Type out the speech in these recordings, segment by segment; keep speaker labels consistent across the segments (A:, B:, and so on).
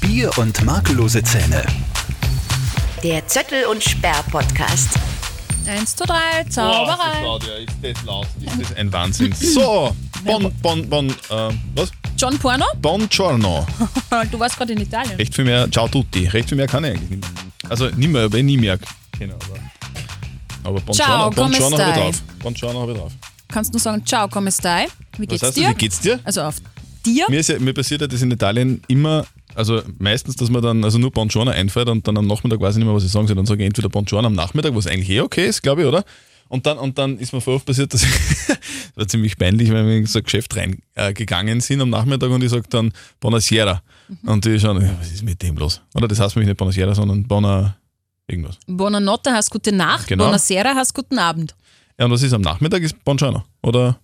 A: Papier und makellose Zähne.
B: Der Zöttel und Sperr Podcast.
C: 1 zu 3,
D: Boah,
C: Zauberei.
D: Claudia, ist das laut. Ist das ein Wahnsinn. So, bon, bon, bon, äh, was?
C: John Porno?
D: Buongiorno.
C: Du warst gerade in Italien.
D: Recht viel mehr, ciao tutti. Recht viel mehr kann ich eigentlich nicht mehr. Also, nicht mehr, aber ich nie mehr kennen, aber. Aber
C: Ciao,
D: Buongiorno,
C: come
D: Buongiorno habe ich
C: stai?
D: drauf. Buongiorno habe ich drauf.
C: Kannst nur sagen, ciao, come stai? Wie
D: Was
C: geht's
D: heißt
C: dir?
D: das? Wie geht's dir?
C: Also auf dir?
D: Mir, ist ja, mir passiert ja das in Italien immer, also meistens, dass man dann also nur Buongiorno einfällt und dann am Nachmittag weiß ich nicht mehr, was ich sagen soll. Dann sage ich entweder Buongiorno am Nachmittag, was eigentlich eh okay ist, glaube ich, oder? Und dann, und dann ist mir voll oft passiert, dass ich, das war ziemlich peinlich, wenn wir in so ein Geschäft reingegangen sind am Nachmittag und ich sage dann Bonasiera. Und die schauen, ja, was ist mit dem los? Oder das heißt nämlich nicht Bonasiera, sondern Bona irgendwas.
C: Buonanotte heißt gute Nacht,
D: Genau.
C: Buonasera heißt guten Abend.
D: Ja, und was ist am Nachmittag? Ist Buongiorno. Oder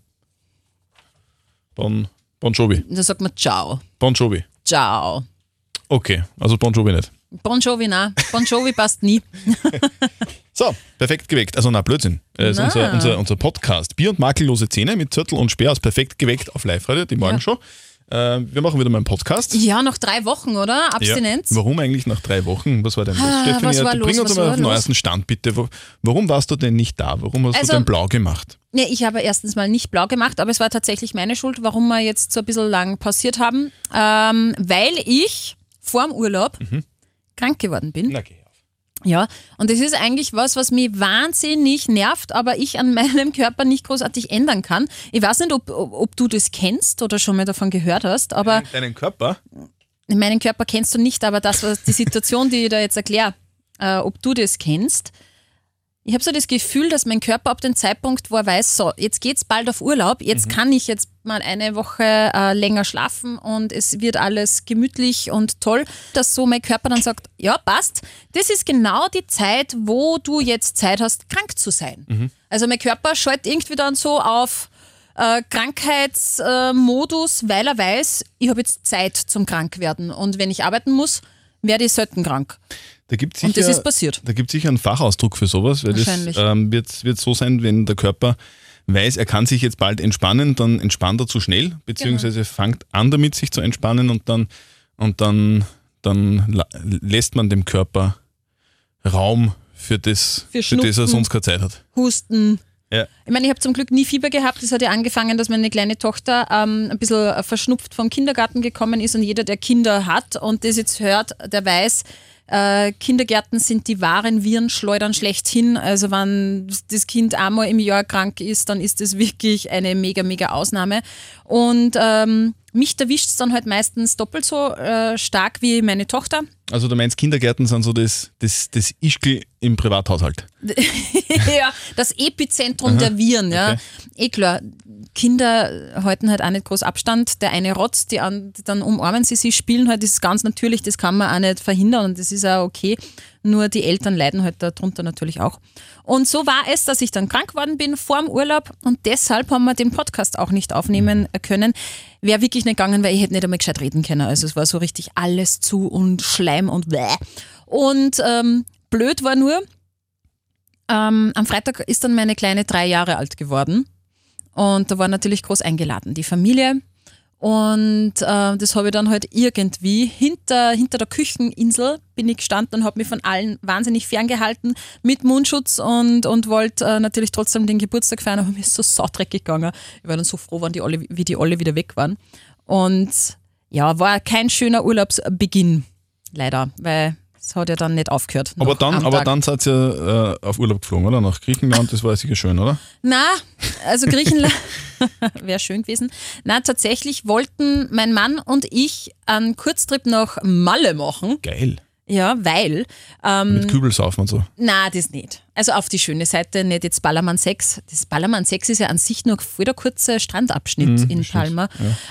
D: Bon, bon Jovi.
C: Und dann sagt man ciao,
D: Bon Jovi.
C: ciao.
D: Okay, also Bon Jovi nicht.
C: Bon Jovi, nein. Bon Jovi passt nie.
D: So, perfekt geweckt. Also, na Blödsinn. Das ist
C: Na.
D: unser, unser, unser Podcast. Bier und makellose Zähne mit Zürtel und Speer aus Perfekt geweckt auf Live-Radio, die Morgenshow. Äh, wir machen wieder mal einen Podcast.
C: Ja, noch drei Wochen, oder? Abstinenz?
D: Ja. Warum eigentlich nach drei Wochen? Was war denn los,
C: Ah,
D: Stefanie?
C: was war
D: du
C: los?
D: bring uns
C: Was
D: mal
C: war
D: auf den
C: los?
D: neuesten Stand, bitte. Wo- Warum warst du denn nicht da? Warum hast
C: Also-
D: du denn blau gemacht?
C: Nee, ich habe erstens mal nicht blau gemacht, aber es war tatsächlich meine Schuld, warum wir jetzt so ein bisschen lang pausiert haben. Ähm, weil ich vor dem Urlaub
D: Mhm.
C: krank geworden bin.
D: Na, geh auf.
C: Ja, und das ist eigentlich was, was mich wahnsinnig nervt, aber ich an meinem Körper nicht großartig ändern kann. Ich weiß nicht, ob, ob, ob du das kennst oder schon mal davon gehört hast, aber
D: Deinen Körper?
C: meinen Körper kennst du nicht, aber das, was die Situation, die ich da jetzt erkläre, äh, ob du das kennst. Ich habe so das Gefühl, dass mein Körper ab dem Zeitpunkt, wo er weiß, so, jetzt geht's bald auf Urlaub, jetzt kann ich jetzt mal eine Woche äh, länger schlafen und es wird alles gemütlich und toll, dass so mein Körper dann sagt, ja, passt, das ist genau die Zeit, wo du jetzt Zeit hast, krank zu sein. Also mein Körper schaut irgendwie dann so auf, äh, Krankheitsmodus, äh, weil er weiß, ich habe jetzt Zeit zum Krankwerden. Und wenn ich arbeiten muss, werde ich selten krank.
D: Da gibt's sicher,
C: Und das ist passiert.
D: Da gibt es sicher einen Fachausdruck für sowas, weil das
C: Wahrscheinlich.
D: ähm, wird, wird so sein, wenn der Körper weiß, er kann sich jetzt bald entspannen, dann entspannt er zu schnell, beziehungsweise
C: Genau.
D: fängt an damit, sich zu entspannen und dann, und dann, dann la- lässt man dem Körper Raum für das,
C: Für
D: für, das er
C: Schnupfen.
D: sonst keine Zeit hat.
C: Husten.
D: Ja.
C: Ich meine, ich habe zum Glück nie Fieber gehabt. Das hat ja angefangen, dass meine kleine Tochter ähm, ein bisschen verschnupft vom Kindergarten gekommen ist und jeder, der Kinder hat und das jetzt hört, der weiß, äh, Kindergärten sind die wahren Virenschleudern schlechthin. Also wenn das Kind einmal im Jahr krank ist, dann ist das wirklich eine mega, mega Ausnahme. Und ähm, mich erwischt es dann halt meistens doppelt so äh, stark wie meine Tochter.
D: Also du meinst, Kindergärten sind so das, das, das Ischgl im Privathaushalt.
C: ja, das Epizentrum der Viren, ja.
D: okay.
C: Eh klar, Kinder halten halt auch nicht groß Abstand. Der eine rotzt, die an, dann umarmen sie sich, spielen halt, das ist ganz natürlich, das kann man auch nicht verhindern und das ist auch okay. Nur die Eltern leiden halt darunter natürlich auch. Und so war es, dass ich dann krank geworden bin vor dem Urlaub und deshalb haben wir den Podcast auch nicht aufnehmen können. Wäre wirklich nicht gegangen, weil ich hätte nicht einmal gescheit reden können. Also es war so richtig alles zu und Schleim und bläh. Und ähm, blöd war nur, ähm, am Freitag ist dann meine Kleine drei Jahre alt geworden. Und da war natürlich groß eingeladen, die Familie. Und äh, das habe ich dann halt irgendwie hinter, hinter der Kücheninsel bin ich gestanden und habe mich von allen wahnsinnig ferngehalten mit Mundschutz und, und wollte äh, natürlich trotzdem den Geburtstag feiern, aber mir ist so saudreckig gegangen. Ich war dann so froh, wann die alle, wie die alle wieder weg waren. Und ja, war kein schöner Urlaubsbeginn, leider, weil es hat ja dann nicht aufgehört.
D: Aber
C: noch
D: dann,
C: am
D: aber
C: Tag.
D: dann seid ihr äh, auf Urlaub geflogen, oder? Nach Griechenland, das war sicher schön, oder?
C: Na, also Griechenland wäre schön gewesen. Na, tatsächlich wollten mein Mann und ich einen Kurztrip nach Malle machen.
D: Geil.
C: Ja, weil. Ähm,
D: Mit Kübelsaufen und so.
C: na, das nicht. Also auf die schöne Seite, nicht jetzt Ballermann 6. Das Ballermann 6 ist ja an sich nur voll der kurze Strandabschnitt in Palma.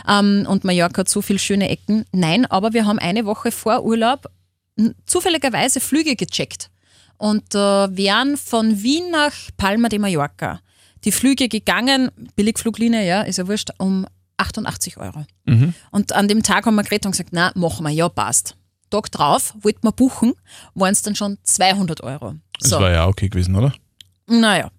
C: Ähm, und Mallorca hat so viele schöne Ecken. Nein, aber wir haben eine Woche vor Urlaub n- zufälligerweise Flüge gecheckt. Und da wären von Wien nach Palma de Mallorca die Flüge gegangen, Billigfluglinie, ja, ist ja wurscht, um 88 Euro. Und an dem Tag haben wir geredet und gesagt, na, machen wir, ja, passt. Tag drauf, wollten wir buchen, waren es dann schon 200 Euro.
D: Das
C: So,
D: war ja okay gewesen, oder?
C: naja.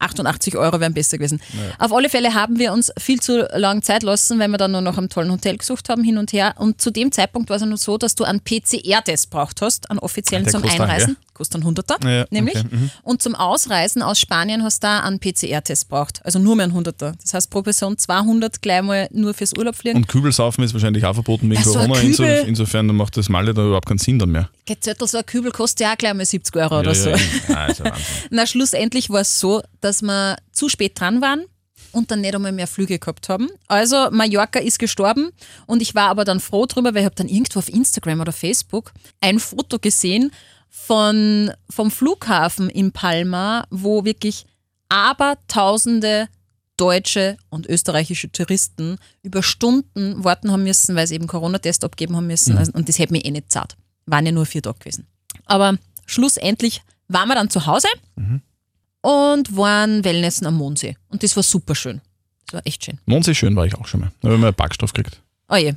C: 88 Euro wären besser gewesen. Auf alle Fälle haben wir uns viel zu lange Zeit lassen, weil wir dann nur noch am tollen Hotel gesucht haben, hin und her. Und zu dem Zeitpunkt war es ja nur so, dass du einen PCR-Test braucht hast, einen offiziellen
D: Ah, Der
C: zum
D: kostet dann,
C: Einreisen. Kostet einen Hunderter,
D: Ja, ja,
C: nämlich.
D: okay, mhm.
C: Und zum Ausreisen aus Spanien hast du da einen PCR-Test braucht. Also nur mehr einen Hunderter. Das heißt, pro Person 200 gleich mal nur fürs Urlaub fliegen.
D: Und Kübelsaufen ist wahrscheinlich auch verboten wegen
C: Ja, so ein
D: Corona. Inso,
C: Kübel-
D: insofern macht das Malle da überhaupt keinen Sinn dann mehr.
C: Gezettel, so ein Kübel kostet ja auch gleich mal 70 Euro
D: ja,
C: oder so.
D: ja, ja. Ah, ist ja Wahnsinn.
C: Na, schlussendlich war es so, dass wir zu spät dran waren und dann nicht einmal mehr Flüge gehabt haben. Also Mallorca ist gestorben und ich war aber dann froh drüber, weil ich habe dann irgendwo auf Instagram oder Facebook ein Foto gesehen von, vom Flughafen in Palma, wo wirklich abertausende deutsche und österreichische Touristen über Stunden warten haben müssen, weil sie eben Corona-Test abgeben haben müssen. Also, und das hätte mich eh nicht zart. Waren ja nur vier Tage gewesen. Aber schlussendlich waren wir dann zu Hause und waren Wellnessen am Mondsee. Und das war super schön. Das war echt schön.
D: Mondsee schön war ich auch schon mal. Da habe ich mal einen Backstoff gekriegt.
C: Oh je.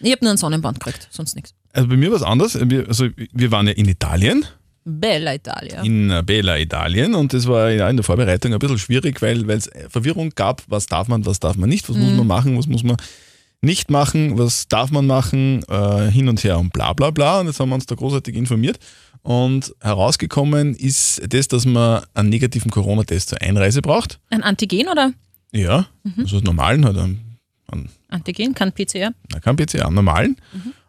C: Ich habe nur einen Sonnenbrand gekriegt, sonst nichts.
D: Also bei mir war es anders. Wir, also wir waren ja in Italien,
C: Bella Italia.
D: in äh, Bella Italien und das war ja in der Vorbereitung ein bisschen schwierig, weil weil es Verwirrung gab, was darf man, was darf man nicht, was muss man machen, was muss man nicht machen, was darf man machen, äh, hin und her und bla bla bla. Und jetzt haben wir uns da großartig informiert. Und herausgekommen ist das, dass man einen negativen Corona-Test zur Einreise braucht.
C: Ein Antigen oder?
D: Ja, also einen normalen halt, einen, einen
C: Antigen, kann PCR.
D: na, kein PCR, einen normalen.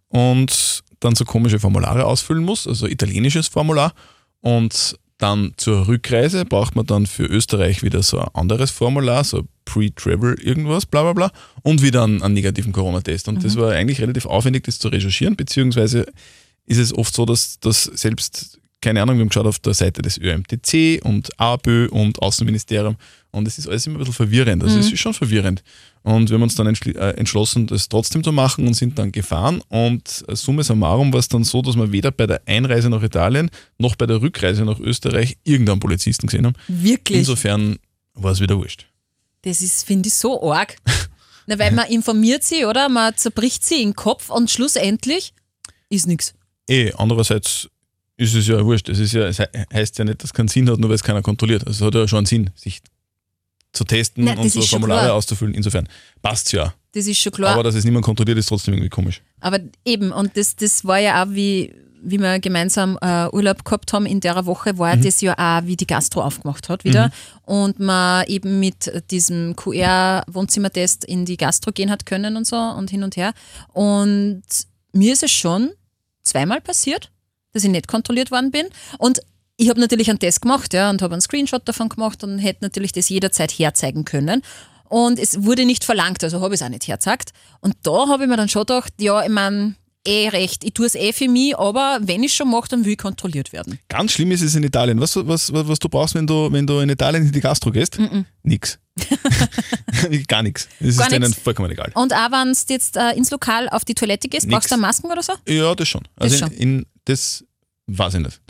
D: Und dann so komische Formulare ausfüllen muss, also italienisches Formular. Und dann zur Rückreise braucht man dann für Österreich wieder so ein anderes Formular, so Pre-Travel irgendwas, bla bla bla. Und wieder einen, einen negativen Corona-Test. Und das war eigentlich relativ aufwendig, das zu recherchieren, beziehungsweise ist es oft so, dass, dass selbst, keine Ahnung, wir haben geschaut auf der Seite des ÖMTC und APÖ und Außenministerium und es ist alles immer ein bisschen verwirrend. Also es ist schon verwirrend. Und wir haben uns dann entschl äh, entschlossen, das trotzdem zu machen und sind dann gefahren. Und äh, summa summarum war es dann so, dass wir weder bei der Einreise nach Italien noch bei der Rückreise nach Österreich irgendeinen Polizisten gesehen haben.
C: Wirklich?
D: Insofern war es wieder wurscht.
C: Das ist, finde ich, so arg. Na, weil man informiert sie, oder? Man zerbricht sie im Kopf und schlussendlich ist nichts.
D: Eh, andererseits ist es ja wurscht. Es, ist ja, es he- heißt ja nicht, dass es keinen Sinn hat, nur weil es keiner kontrolliert. Also es hat ja schon einen Sinn, sich zu testen
C: Nein,
D: und
C: das
D: so
C: ist schon
D: Formulare
C: klar.
D: auszufüllen. Insofern passt ja.
C: Das ist schon klar.
D: Aber dass es niemand kontrolliert, ist trotzdem irgendwie komisch.
C: Aber eben, und das, das war ja auch, wie, wie wir gemeinsam äh, Urlaub gehabt haben in der Woche, war das ja auch, wie die Gastro aufgemacht hat wieder. Und man eben mit diesem QR-Wohnzimmertest in die Gastro gehen hat können und so und hin und her. Und mir ist es schon zweimal passiert, dass ich nicht kontrolliert worden bin. Und ich habe natürlich einen Test gemacht ja, und habe einen Screenshot davon gemacht und hätte natürlich das jederzeit herzeigen können. Und es wurde nicht verlangt, also habe ich es auch nicht herzeigt. Und da habe ich mir dann schon gedacht, ja, ich meine, eh recht, ich tue es eh für mich, aber wenn ich schon mache, dann will ich kontrolliert werden.
D: Ganz schlimm ist es in Italien. Was, was, was, was du brauchst, wenn du, wenn du in Italien in die Gastro gehst? Nix. Gar nichts. Es
C: Gar
D: ist denen
C: nix.
D: vollkommen egal.
C: Und auch wenn du jetzt äh, ins Lokal auf die Toilette gehst,
D: Nix.
C: brauchst du da Masken oder so?
D: Ja, das schon.
C: Das
D: Also in, in das weiß ich nicht.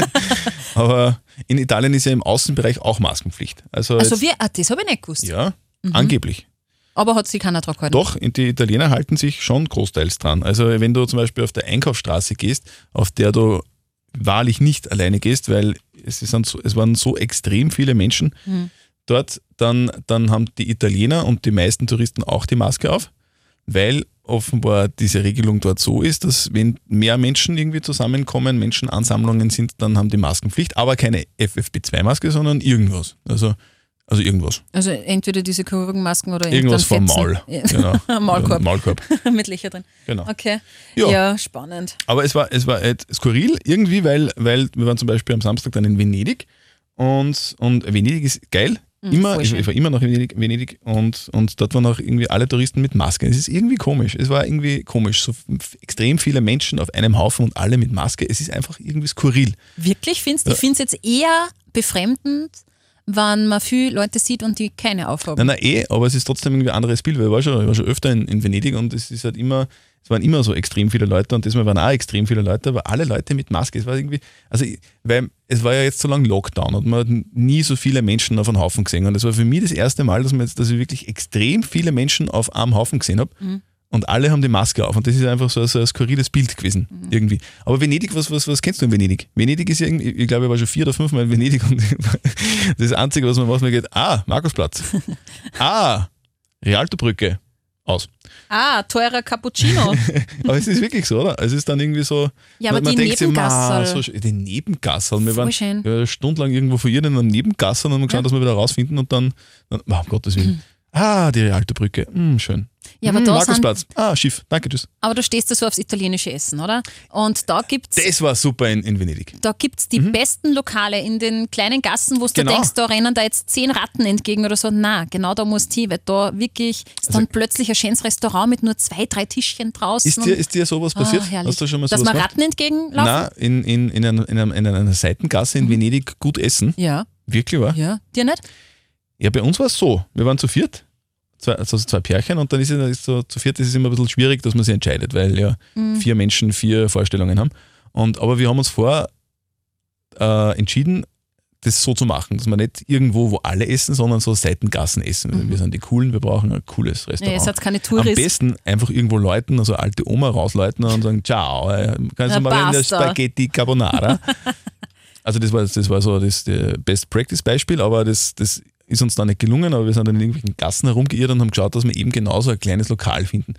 D: Aber in Italien ist ja im Außenbereich auch Maskenpflicht. Also,
C: Also
D: jetzt-
C: wir, ah, das habe ich nicht gewusst.
D: ja,
C: Mhm.
D: angeblich.
C: Aber hat sich keiner drauf gehalten.
D: Doch, die Italiener halten sich schon großteils dran. Also wenn du zum Beispiel auf der Einkaufsstraße gehst, auf der du wahrlich nicht alleine gehst, weil es, ist dann so, es waren so extrem viele Menschen dort, dann, dann haben die Italiener und die meisten Touristen auch die Maske auf, weil offenbar diese Regelung dort so ist, dass wenn mehr Menschen irgendwie zusammenkommen, Menschenansammlungen sind, dann haben die Maskenpflicht, aber keine FFP2-Maske, sondern irgendwas. Also, also irgendwas.
C: Also entweder diese Chirurgenmasken oder
D: Irgendwas vom
C: irgendein
D: Maul.
C: Fetzen.
D: Genau.
C: Maulkorb.
D: Maulkorb.
C: Mit Löcher drin.
D: Genau.
C: Okay.
D: Ja.
C: ja spannend.
D: Aber es war, es war halt skurril irgendwie, weil, weil wir waren zum Beispiel am Samstag dann in Venedig und, und Venedig ist geil. Immer,
C: Mhm, voll
D: ich,
C: schön.
D: ich war immer noch in Venedig, Venedig und, und dort waren auch irgendwie alle Touristen mit Maske. Es ist irgendwie komisch. Es war irgendwie komisch. So f- extrem viele Menschen auf einem Haufen und alle mit Maske. Es ist einfach irgendwie skurril.
C: Wirklich findest du? Ich finde es jetzt eher befremdend, wenn man viele Leute sieht und die keine aufhaben.
D: Nein, nein, eh, aber es ist trotzdem irgendwie ein anderes Bild, weil ich war schon, ich war schon öfter in, in Venedig und es ist halt immer, es waren immer so extrem viele Leute und diesmal waren auch extrem viele Leute, aber alle Leute mit Maske. Es war irgendwie, also ich- weil es war ja jetzt so lange Lockdown und man hat n- nie so viele Menschen auf einem Haufen gesehen. Und es war für mich das erste Mal, dass, man jetzt, dass ich wirklich extrem viele Menschen auf einem Haufen gesehen habe. und alle haben die Maske auf. Und das ist einfach so, so ein skurriles Bild gewesen, irgendwie. Aber Venedig, was, was, was kennst du in Venedig? Venedig ist irgendwie, ich glaube, ich war schon vier oder fünfmal in Venedig und das Einzige, was man was mir geht, ah, Markusplatz. ah, Rialtobrücke. Aus.
C: Ah, teurer Cappuccino.
D: Aber es ist wirklich so, oder? Es ist dann irgendwie so.
C: Ja, aber
D: man,
C: die
D: man denkt sich, ma,
C: Nebengasserl.
D: so, sch- die Nebengasserl. Wir
C: Voll
D: waren
C: schön.
D: ja, stundenlang irgendwo verirrt in einem Nebengasserl und haben geschaut, dass wir wieder rausfinden und dann, dann oh, um Gottes Willen. Ah, die Rialtobrücke. Hm, schön.
C: Hm. Ja, aber
D: Hm,
C: da sind,
D: Markusplatz. Ah, Schiff. Danke, tschüss.
C: aber du stehst da so aufs italienische Essen, oder? Und da gibt's
D: Das war super in, in Venedig.
C: da gibt's die besten Lokale in den kleinen Gassen, wo du
D: Genau.
C: denkst, da rennen da jetzt zehn Ratten entgegen oder so. Na, genau da musst du hin, weil da wirklich
D: Also
C: ist dann plötzlich ein schönes Restaurant mit nur zwei, drei Tischchen draußen.
D: Ist dir, ist dir sowas
C: Ah,
D: passiert?
C: herrlich.
D: Hast du schon mal
C: Dass
D: sowas
C: man
D: gemacht?
C: Ratten entgegenlaufen?
D: Nein, in, in, in, einer, in, einem, in einer Seitengasse
C: Mhm.
D: in Venedig gut essen.
C: Ja,
D: Wirklich, war? Ja.
C: ja. Dir nicht?
D: bei uns war es so. Wir waren zu viert, zwei, also zwei Pärchen, und dann ist es so, zu viert ist es immer ein bisschen schwierig, dass man sich entscheidet, weil ja vier Menschen vier Vorstellungen haben. Und, aber wir haben uns vor äh, entschieden, das so zu machen, dass man nicht irgendwo, wo alle essen, sondern so Seitengassen essen. Wir sind die Coolen, wir brauchen ein cooles
C: Ja,
D: Restaurant.
C: es hat keine
D: Am
C: Touristen.
D: besten einfach irgendwo läuten, also alte Oma rausläuten und sagen, ciao, äh, kannst
C: Na,
D: du mal eine
C: basta.
D: Spaghetti Carbonara? also das war, das war so das äh, Best Practice Beispiel, aber das, das ist uns dann nicht gelungen, aber wir sind dann in irgendwelchen Gassen herumgeirrt und haben geschaut, dass wir eben genauso ein kleines Lokal finden.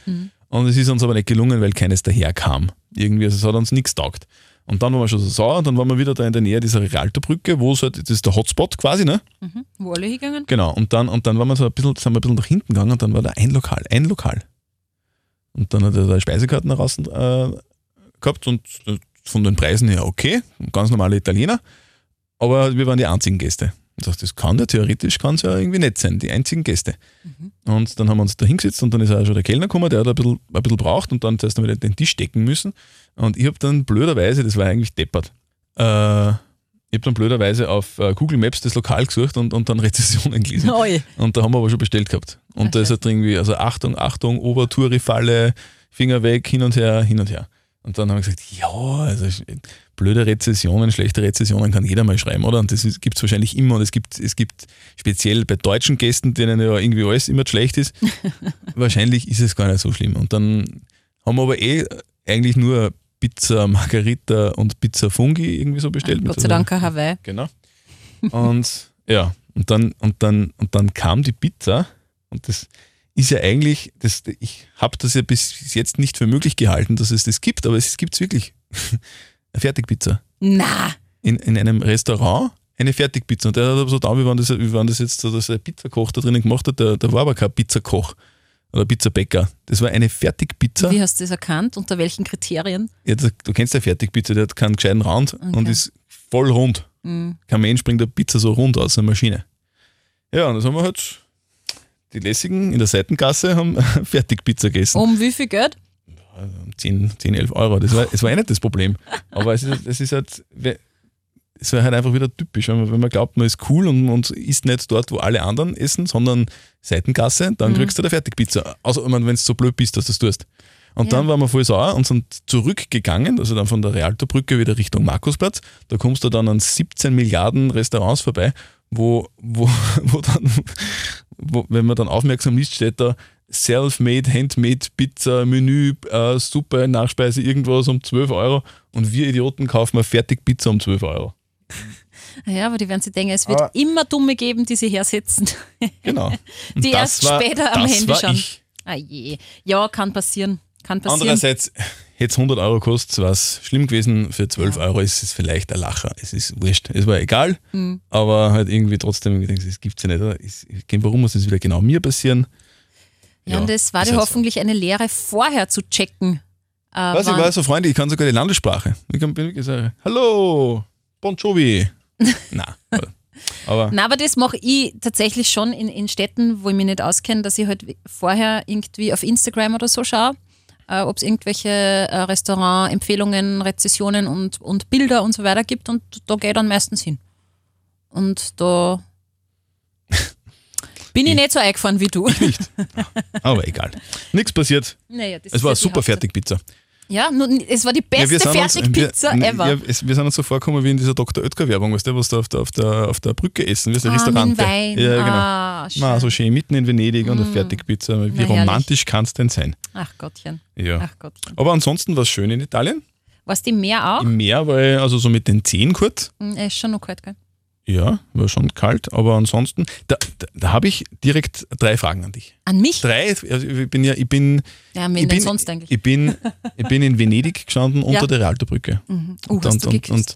D: Und es ist uns aber nicht gelungen, weil keines daherkam. Irgendwie, also es hat uns nichts taugt. Und dann waren wir schon so sauer und dann waren wir wieder da in der Nähe dieser Rialto-Brücke, wo es halt, das ist der Hotspot quasi, ne?
C: Wo alle hingegangen?
D: Genau, und dann, und dann waren wir so ein bisschen, sind wir ein bisschen nach hinten gegangen und dann war da ein Lokal, ein Lokal. Und dann hat er da Speisekarten nach außen äh, gehabt und äh, von den Preisen her okay, ganz normale Italiener, aber wir waren die einzigen Gäste. Ich dachte, das kann ja theoretisch kann's ja irgendwie nett sein, die einzigen Gäste. Und dann haben wir uns da hingesetzt und dann ist auch schon der Kellner gekommen, der hat ein bisschen, ein bisschen braucht und dann zuerst einmal den Tisch decken müssen. Und ich habe dann blöderweise, das war eigentlich deppert, äh, ich habe dann blöderweise auf äh, Google Maps das Lokal gesucht und, und dann Rezessionen gelesen.
C: Oi.
D: Und da haben wir aber schon bestellt gehabt. Und
C: Ach,
D: da ist halt irgendwie, also Achtung, Achtung, Obertouri-Falle, Finger weg, hin und her, hin und her. Und dann haben wir gesagt, ja, also sch- blöde Rezessionen, schlechte Rezessionen kann jeder mal schreiben, oder? Und das gibt es wahrscheinlich immer. Und es gibt, es gibt speziell bei deutschen Gästen, denen ja irgendwie alles immer schlecht ist, wahrscheinlich ist es gar nicht so schlimm. Und dann haben wir aber eh eigentlich nur Pizza Margarita und Pizza Fungi irgendwie so bestellt.
C: Gott
D: mit-
C: sei Dank kein Hawaii.
D: Genau. Und ja, und dann, und dann, und dann kam die Pizza und das ist ja eigentlich, das, ich habe das ja bis jetzt nicht für möglich gehalten, dass es das gibt, aber es gibt es wirklich. Eine Fertigpizza.
C: Na,
D: In, in einem Restaurant eine Fertigpizza. Und der hat aber so da, wie waren das, wie waren das jetzt, so, dass der Pizzakoch da drinnen gemacht hat, der, der war aber kein Pizzakoch oder Pizzabäcker. Das war eine Fertigpizza.
C: wie hast du das erkannt? Unter welchen Kriterien?
D: Ja, du, du kennst ja Fertigpizza, der hat keinen gescheiten Rand und ist voll rund. Kein Mensch bringt eine Pizza so rund aus, eine Maschine. Ja, und das haben wir halt, die Lässigen in der Seitengasse haben Fertigpizza gegessen.
C: Um wie viel Geld?
D: Um 10, 10, 11 Euro. Das war, es war eh nicht das Problem. Aber es ist, es ist halt, we- es war halt einfach wieder typisch, wenn man, wenn man glaubt, man ist cool und, und isst nicht dort, wo alle anderen essen, sondern Seitengasse, dann kriegst du da Fertigpizza. Also, Außer wenn du so blöd bist, dass du das tust. Und
C: Ja.
D: dann waren wir voll sauer und sind zurückgegangen, also dann von der Rialto-Brücke wieder Richtung Markusplatz. Da kommst du dann an 17 Milliarden Restaurants vorbei, wo, wo, wo dann, wo, wenn man dann aufmerksam liest, steht da Self-Made, Handmade, Pizza, Menü, äh, Suppe, Nachspeise, irgendwas um 12 Euro. Und wir Idioten kaufen eine Fertigpizza um 12 Euro.
C: Ja, aber die werden sich denken, es wird immer Dumme geben, die sie hersetzen.
D: Genau. Und
C: Die
D: das
C: erst später am
D: das
C: Handy
D: war
C: schauen.
D: Ich.
C: Ah je. Ja, kann passieren. Kann passieren.
D: Andererseits, hätte es 100 Euro kostet, war es schlimm gewesen. Für 12 Euro ist es vielleicht ein Lacher. Es ist wurscht. Es war egal,
C: Mhm.
D: aber halt irgendwie trotzdem, irgendwie denkst du, das gibt es ja nicht. Oder? Ist- Warum muss das wieder genau mir passieren?
C: Ja, und es war
D: ist
C: dir
D: halt so.
C: hoffentlich eine Lehre, vorher zu checken. Äh,
D: Was, ich
C: wann-
D: war so freundlich, ich kann sogar die Landessprache. Ich kann bin wirklich sagen, hallo, Bon Jovi. Na, aber
C: Na, aber das mache ich tatsächlich schon in, in Städten, wo ich mich nicht auskenne, dass ich halt vorher irgendwie auf Instagram oder so schaue, äh, ob es irgendwelche äh, Restaurant-Empfehlungen, Rezessionen und, und Bilder und so weiter gibt und da gehe ich dann meistens hin. Und da bin ich nicht so eingefahren wie du.
D: aber egal. Nichts passiert.
C: naja, das
D: Es war eine
C: ja die
D: super
C: Hauptsache.
D: Fertigpizza.
C: Ja, nun, es war die beste
D: wir sind uns-
C: Fertigpizza
D: wir,
C: ever.
D: Ja, es, wir sind uns so vorgekommen wie in dieser Dr. Oetker-Werbung, weißt du, was da auf der, auf der, auf der Brücke essen, weißt du,
C: Ah, mit dem
D: Restaurant.
C: Wein.
D: Ja, genau.
C: Ah, schön. Mm.
D: Ma, so schön mitten in Venedig und eine Fertigpizza. Wie
C: Na, herrlich.
D: romantisch kann es denn sein?
C: Ach Gottchen.
D: Ja.
C: Ach Gottchen.
D: Aber ansonsten war es schön in Italien.
C: Warst du im Meer auch?
D: Im Meer war ich also so mit den Zehen kurz.
C: Hm, Er ist schon noch kalt, gell?
D: Ja, war schon kalt, aber ansonsten, da, da, da habe ich direkt drei Fragen an dich.
C: An mich?
D: Drei, also ich bin ja, ich bin,
C: Ja, mir
D: ich bin,
C: denn sonst eigentlich.
D: Ich bin, ich bin in Venedig gestanden unter
C: Ja.
D: der Rialto-Brücke.
C: Mhm. Oh,
D: und,
C: hast du
D: und,
C: geküsst?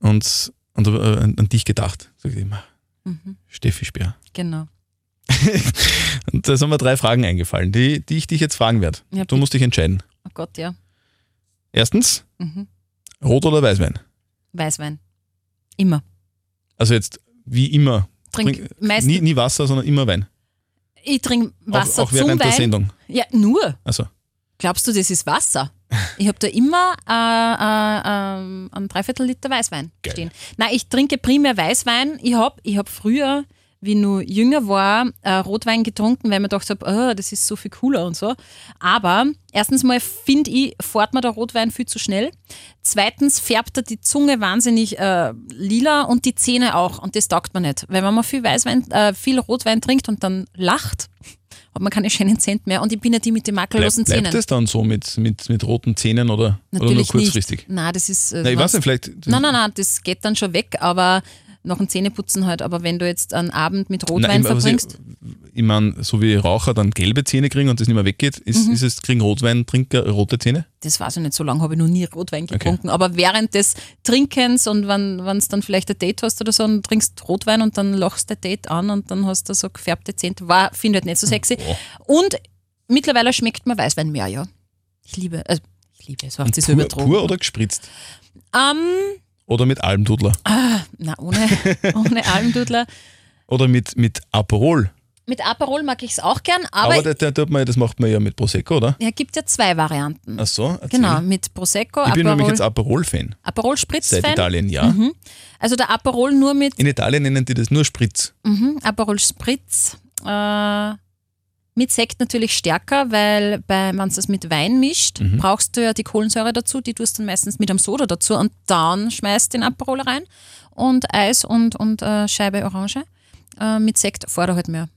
D: und, und, und, äh, an, an dich gedacht. Sag ich immer,
C: Mhm.
D: Steffi Speer.
C: Genau.
D: Und da sind mir drei Fragen eingefallen, die, die ich dich jetzt fragen werde.
C: Ja,
D: du
C: bitte.
D: musst dich entscheiden.
C: Oh Gott, ja.
D: Erstens,
C: Mhm.
D: Rot- oder Weißwein?
C: Weißwein. Immer.
D: Also jetzt, wie immer,
C: Trink,
D: Trink-
C: meist,
D: nie, nie Wasser, sondern immer Wein.
C: ich trinke Wasser
D: auch, auch
C: zum
D: während der
C: Wein.
D: Sendung.
C: Ja, nur.
D: Also,
C: Glaubst du, das ist Wasser? Ich habe da immer äh, äh, ähm, einen Dreiviertel Liter Weißwein
D: Geil.
C: stehen. Nein, ich trinke primär Weißwein. Ich habe ich hab früher, wie ich nur jünger war, äh, Rotwein getrunken, weil ich mir gedacht habe, oh, das ist so viel cooler und so. Aber erstens mal finde ich, fährt man der Rotwein viel zu schnell. Zweitens färbt er die Zunge wahnsinnig äh, lila und die Zähne auch. Und das taugt man nicht. Weil wenn man viel, Weißwein, äh, viel Rotwein trinkt und dann lacht, hat man keine schönen Zähne mehr. Und ich bin ja die mit den
D: bleibt,
C: makellosen Zähnen.
D: bleibt es dann so mit, mit, mit roten Zähnen oder, oder nur
C: Natürlich
D: kurzfristig?
C: nicht. Nein, das ist. äh,
D: Nein, ich weiß
C: was-
D: nicht, vielleicht.
C: Nein, nein, nein, das geht dann schon weg, aber noch ein Zähneputzen halt. Aber wenn du jetzt einen Abend mit Rotwein
D: Nein, aber sie-
C: verbringst,
D: Ich meine, so wie Raucher dann gelbe Zähne kriegen und das nicht mehr weggeht, ist,
C: Mhm.
D: ist es, kriegen Rotweintrinker rote Zähne?
C: das weiß ich nicht, so lange habe ich noch nie Rotwein getrunken. Aber während des Trinkens und wenn es dann vielleicht ein Date hast oder so, dann trinkst Rotwein und dann lachst der Date an und dann hast du so gefärbte Zähne. War, finde ich halt nicht so sexy. Und mittlerweile schmeckt mir Weißwein mehr, ja. Ich liebe, also ich liebe, es macht sich so
D: Pur,
C: übertrogen.
D: pur oder gespritzt?
C: Ähm,
D: Oder mit Almdudler?
C: Ah. na, ohne, ohne Almdudler.
D: Oder mit, mit Aperol?
C: Mit Aperol mag ich es auch gern,
D: Aber,
C: aber,
D: da, da tut man, ja- das macht man ja mit Prosecco, oder?
C: Ja, gibt ja zwei Varianten.
D: Ach so, erzähl.
C: genau, mit Prosecco,
D: Ich bin nämlich
C: Aperol,
D: jetzt Aperol-Fan
C: Aperol
D: seit
C: Spritz-Fan.
D: Italien, ja.
C: Also der Aperol nur mit
D: In Italien nennen die das nur Spritz.
C: mhm, Aperol Spritz. Äh, mit Sekt natürlich stärker, weil wenn man das mit Wein mischt,
D: Mhm.
C: brauchst du ja die Kohlensäure dazu, die tust du dann meistens mit einem Soda dazu und dann schmeißt den Aperol rein und Eis und, und äh, Scheibe Orange. Äh, mit Sekt fahrt er halt mehr.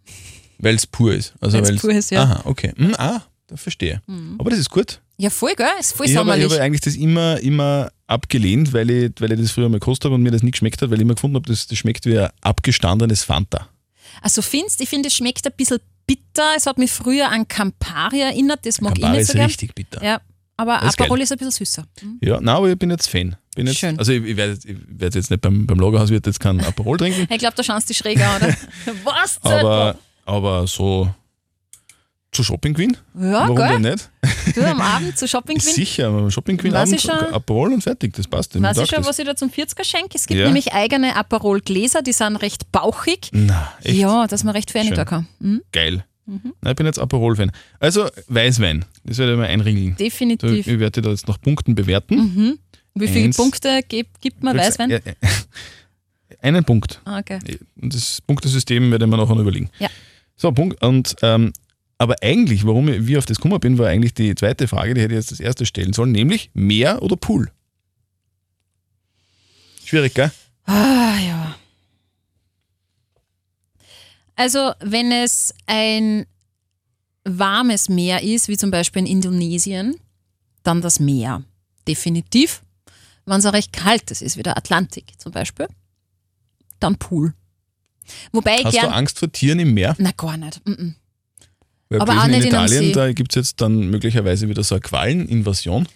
D: Weil es pur ist. Also
C: Weil's
D: weil's-
C: pur ist, ja. Mhm.
D: Aha, okay. Hm, ah, da verstehe. Aber das ist gut.
C: Ja, voll, gell? Ist voll
D: Ich habe, ich
C: sommerlich.
D: habe eigentlich das immer, immer abgelehnt, weil ich, weil ich das früher mal gekostet habe und mir das nie geschmeckt hat, weil ich immer gefunden habe, das, das schmeckt wie ein abgestandenes Fanta.
C: Also findest, ich finde, es schmeckt ein bisschen bitter. Es hat mich früher an Campari erinnert, das mag
D: Campari
C: ich nicht so
D: ist
C: gern.
D: richtig bitter.
C: Ja, aber
D: Das ist
C: Aperol
D: geil.
C: ist ein bisschen süßer. Mhm.
D: Ja, nein, aber ich bin jetzt Fan. Bin jetzt,
C: Schön.
D: Also ich, ich werde ich werd jetzt nicht beim, beim Lagerhaus wird jetzt kein Aperol trinken,
C: Ich glaube, da schaust du schräg an, oder? Was? zur-
D: aber, aber so zu Shopping Queen,
C: ja,
D: warum
C: geil.
D: denn nicht?
C: Du am Abend zu Shopping
D: Ist
C: Queen.
D: sicher, Shopping Queen
C: Weiß ich
D: Abend,
C: schon.
D: Aperol und fertig, das passt.
C: Weiß
D: Mir
C: ich schon,
D: taugt
C: was ich da zum 40er schenke? Es gibt
D: Ja.
C: nämlich eigene Aperol-Gläser, die sind recht bauchig.
D: das. Na, echt
C: Ja, dass man recht viel
D: Schön.
C: rein tun kann. Mhm.
D: geil. Na, ich bin jetzt Aperol-Fan. Also Weißwein, das werde ich mal einringeln. So,
C: Definitiv.
D: ich werde dich da jetzt nach Punkten bewerten.
C: Wie viele
D: eins.
C: Punkte gibt, gibt Mhm, man
D: Kriegst-
C: Weißwein?
D: Ja, ja. Einen Punkt.
C: Ah, okay.
D: Und das Punktesystem werde ich mir nachher noch überlegen.
C: Ja.
D: So, Punkt. Und, ähm, aber eigentlich, warum ich wie auf das gekommen bin, war eigentlich die zweite Frage, die hätte ich jetzt das erste stellen sollen, nämlich Meer oder Pool? Schwierig, gell?
C: Ah, ja. Also, wenn es ein warmes Meer ist, wie zum Beispiel in Indonesien, dann das Meer. Definitiv. Wenn es auch recht kalt ist, ist wie der Atlantik zum Beispiel, dann Pool. Wobei ich
D: Hast du
C: gern.
D: Angst vor Tieren im Meer?
C: Na, gar nicht. Mm -mm.
D: Weil
C: Aber
D: gewesen
C: auch nicht
D: in
C: in einem
D: Italien,
C: See.
D: da gibt es jetzt dann möglicherweise wieder so eine Qualeninvasion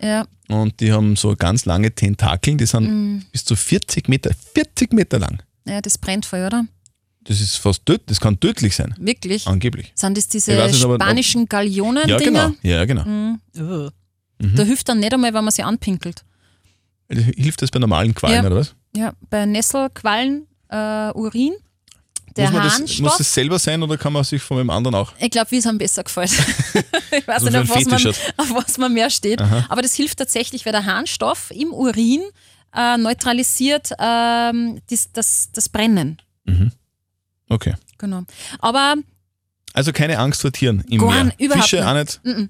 C: Ja,
D: und die haben so ganz lange Tentakeln, die sind
C: Mm.
D: bis zu 40 Meter, 40 Meter lang.
C: ja, das brennt voll, oder?
D: Das ist fast tödlich, das kann tödlich sein,
C: Wirklich.
D: angeblich.
C: Sind das diese
D: Ich weiß nicht, aber-
C: spanischen
D: Ja, genau. Mhm.
C: Gallionen-Dinger?
D: Ja, genau.
C: Äh. Da hilft dann nicht einmal, wenn man sie anpinkelt.
D: Hilft das bei normalen Qualen,
C: Ja.
D: oder was?
C: Ja, bei Nesselquallen, äh, Urin, der
D: muss, man das, muss
C: Harnstoff.
D: das selber sein oder kann man sich von dem anderen auch?
C: ich glaube, wie es einem besser gefällt. ich weiß
D: Also
C: nicht,
D: für
C: auf
D: einen
C: was, man,
D: Fetisch
C: auf was man mehr
D: Ah.
C: steht. Aber das hilft tatsächlich, weil der Harnstoff im Urin äh, neutralisiert ähm, das, das, das Brennen.
D: Mhm. Okay.
C: Genau. Aber
D: Also keine Angst vor Tieren im
C: Gar
D: Meer.
C: n- überhaupt
D: Fische
C: nicht.
D: auch nicht.
C: mm,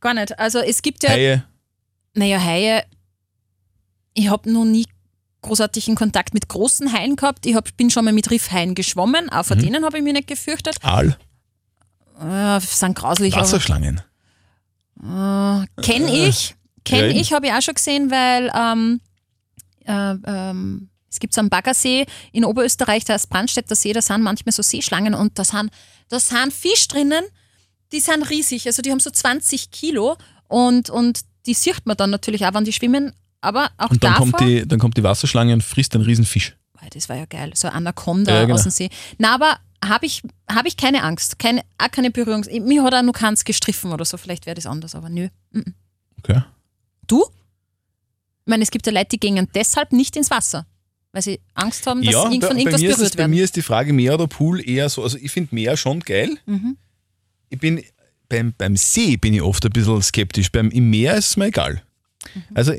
C: Gar nicht. Also es gibt ja,
D: Haie.
C: naja, Haie, ich habe noch nie großartigen Kontakt mit großen Haien gehabt. Ich hab, bin schon mal mit Riffhaien geschwommen, auch
D: Mhm.
C: vor denen habe ich mich nicht gefürchtet.
D: Aal,
C: Äh, sind grauslich. aber-
D: Wasserschlangen.
C: Äh, Kenn
D: Äh,
C: ich. Kenn
D: eben.
C: ich, habe ich auch schon gesehen, weil ähm, äh, ähm, es gibt so einen Baggersee in Oberösterreich, da ist Brandstätter See, da sind manchmal so Seeschlangen und da sind, da sind Fisch drinnen, die sind riesig, also die haben so 20 Kilo und, und die sieht man dann natürlich auch, wenn die schwimmen, aber auch
D: Und dann
C: davor,
D: kommt, die, dann kommt die Wasserschlange und frisst einen riesen Fisch.
C: Boah, das war ja geil, so eine Anaconda
D: Ja, genau.
C: aus dem See. Na, aber habe ich, hab ich keine Angst, keine, auch keine Berührung. Mir hat auch nur keins gestriffen oder so, vielleicht wäre das anders, aber nö.
D: Okay.
C: Du? Ich meine, es gibt ja Leute, die gehen deshalb nicht ins Wasser, weil sie Angst haben, dass sie irgend- von irgendwas
D: mir ist
C: berührt
D: das, bei
C: werden.
D: mir ist die Frage Meer oder Pool eher so. Also ich finde Meer schon geil.
C: Mhm.
D: Ich bin beim, beim See bin ich oft ein bisschen skeptisch. Beim im Meer ist es mir egal.
C: Mhm.
D: Also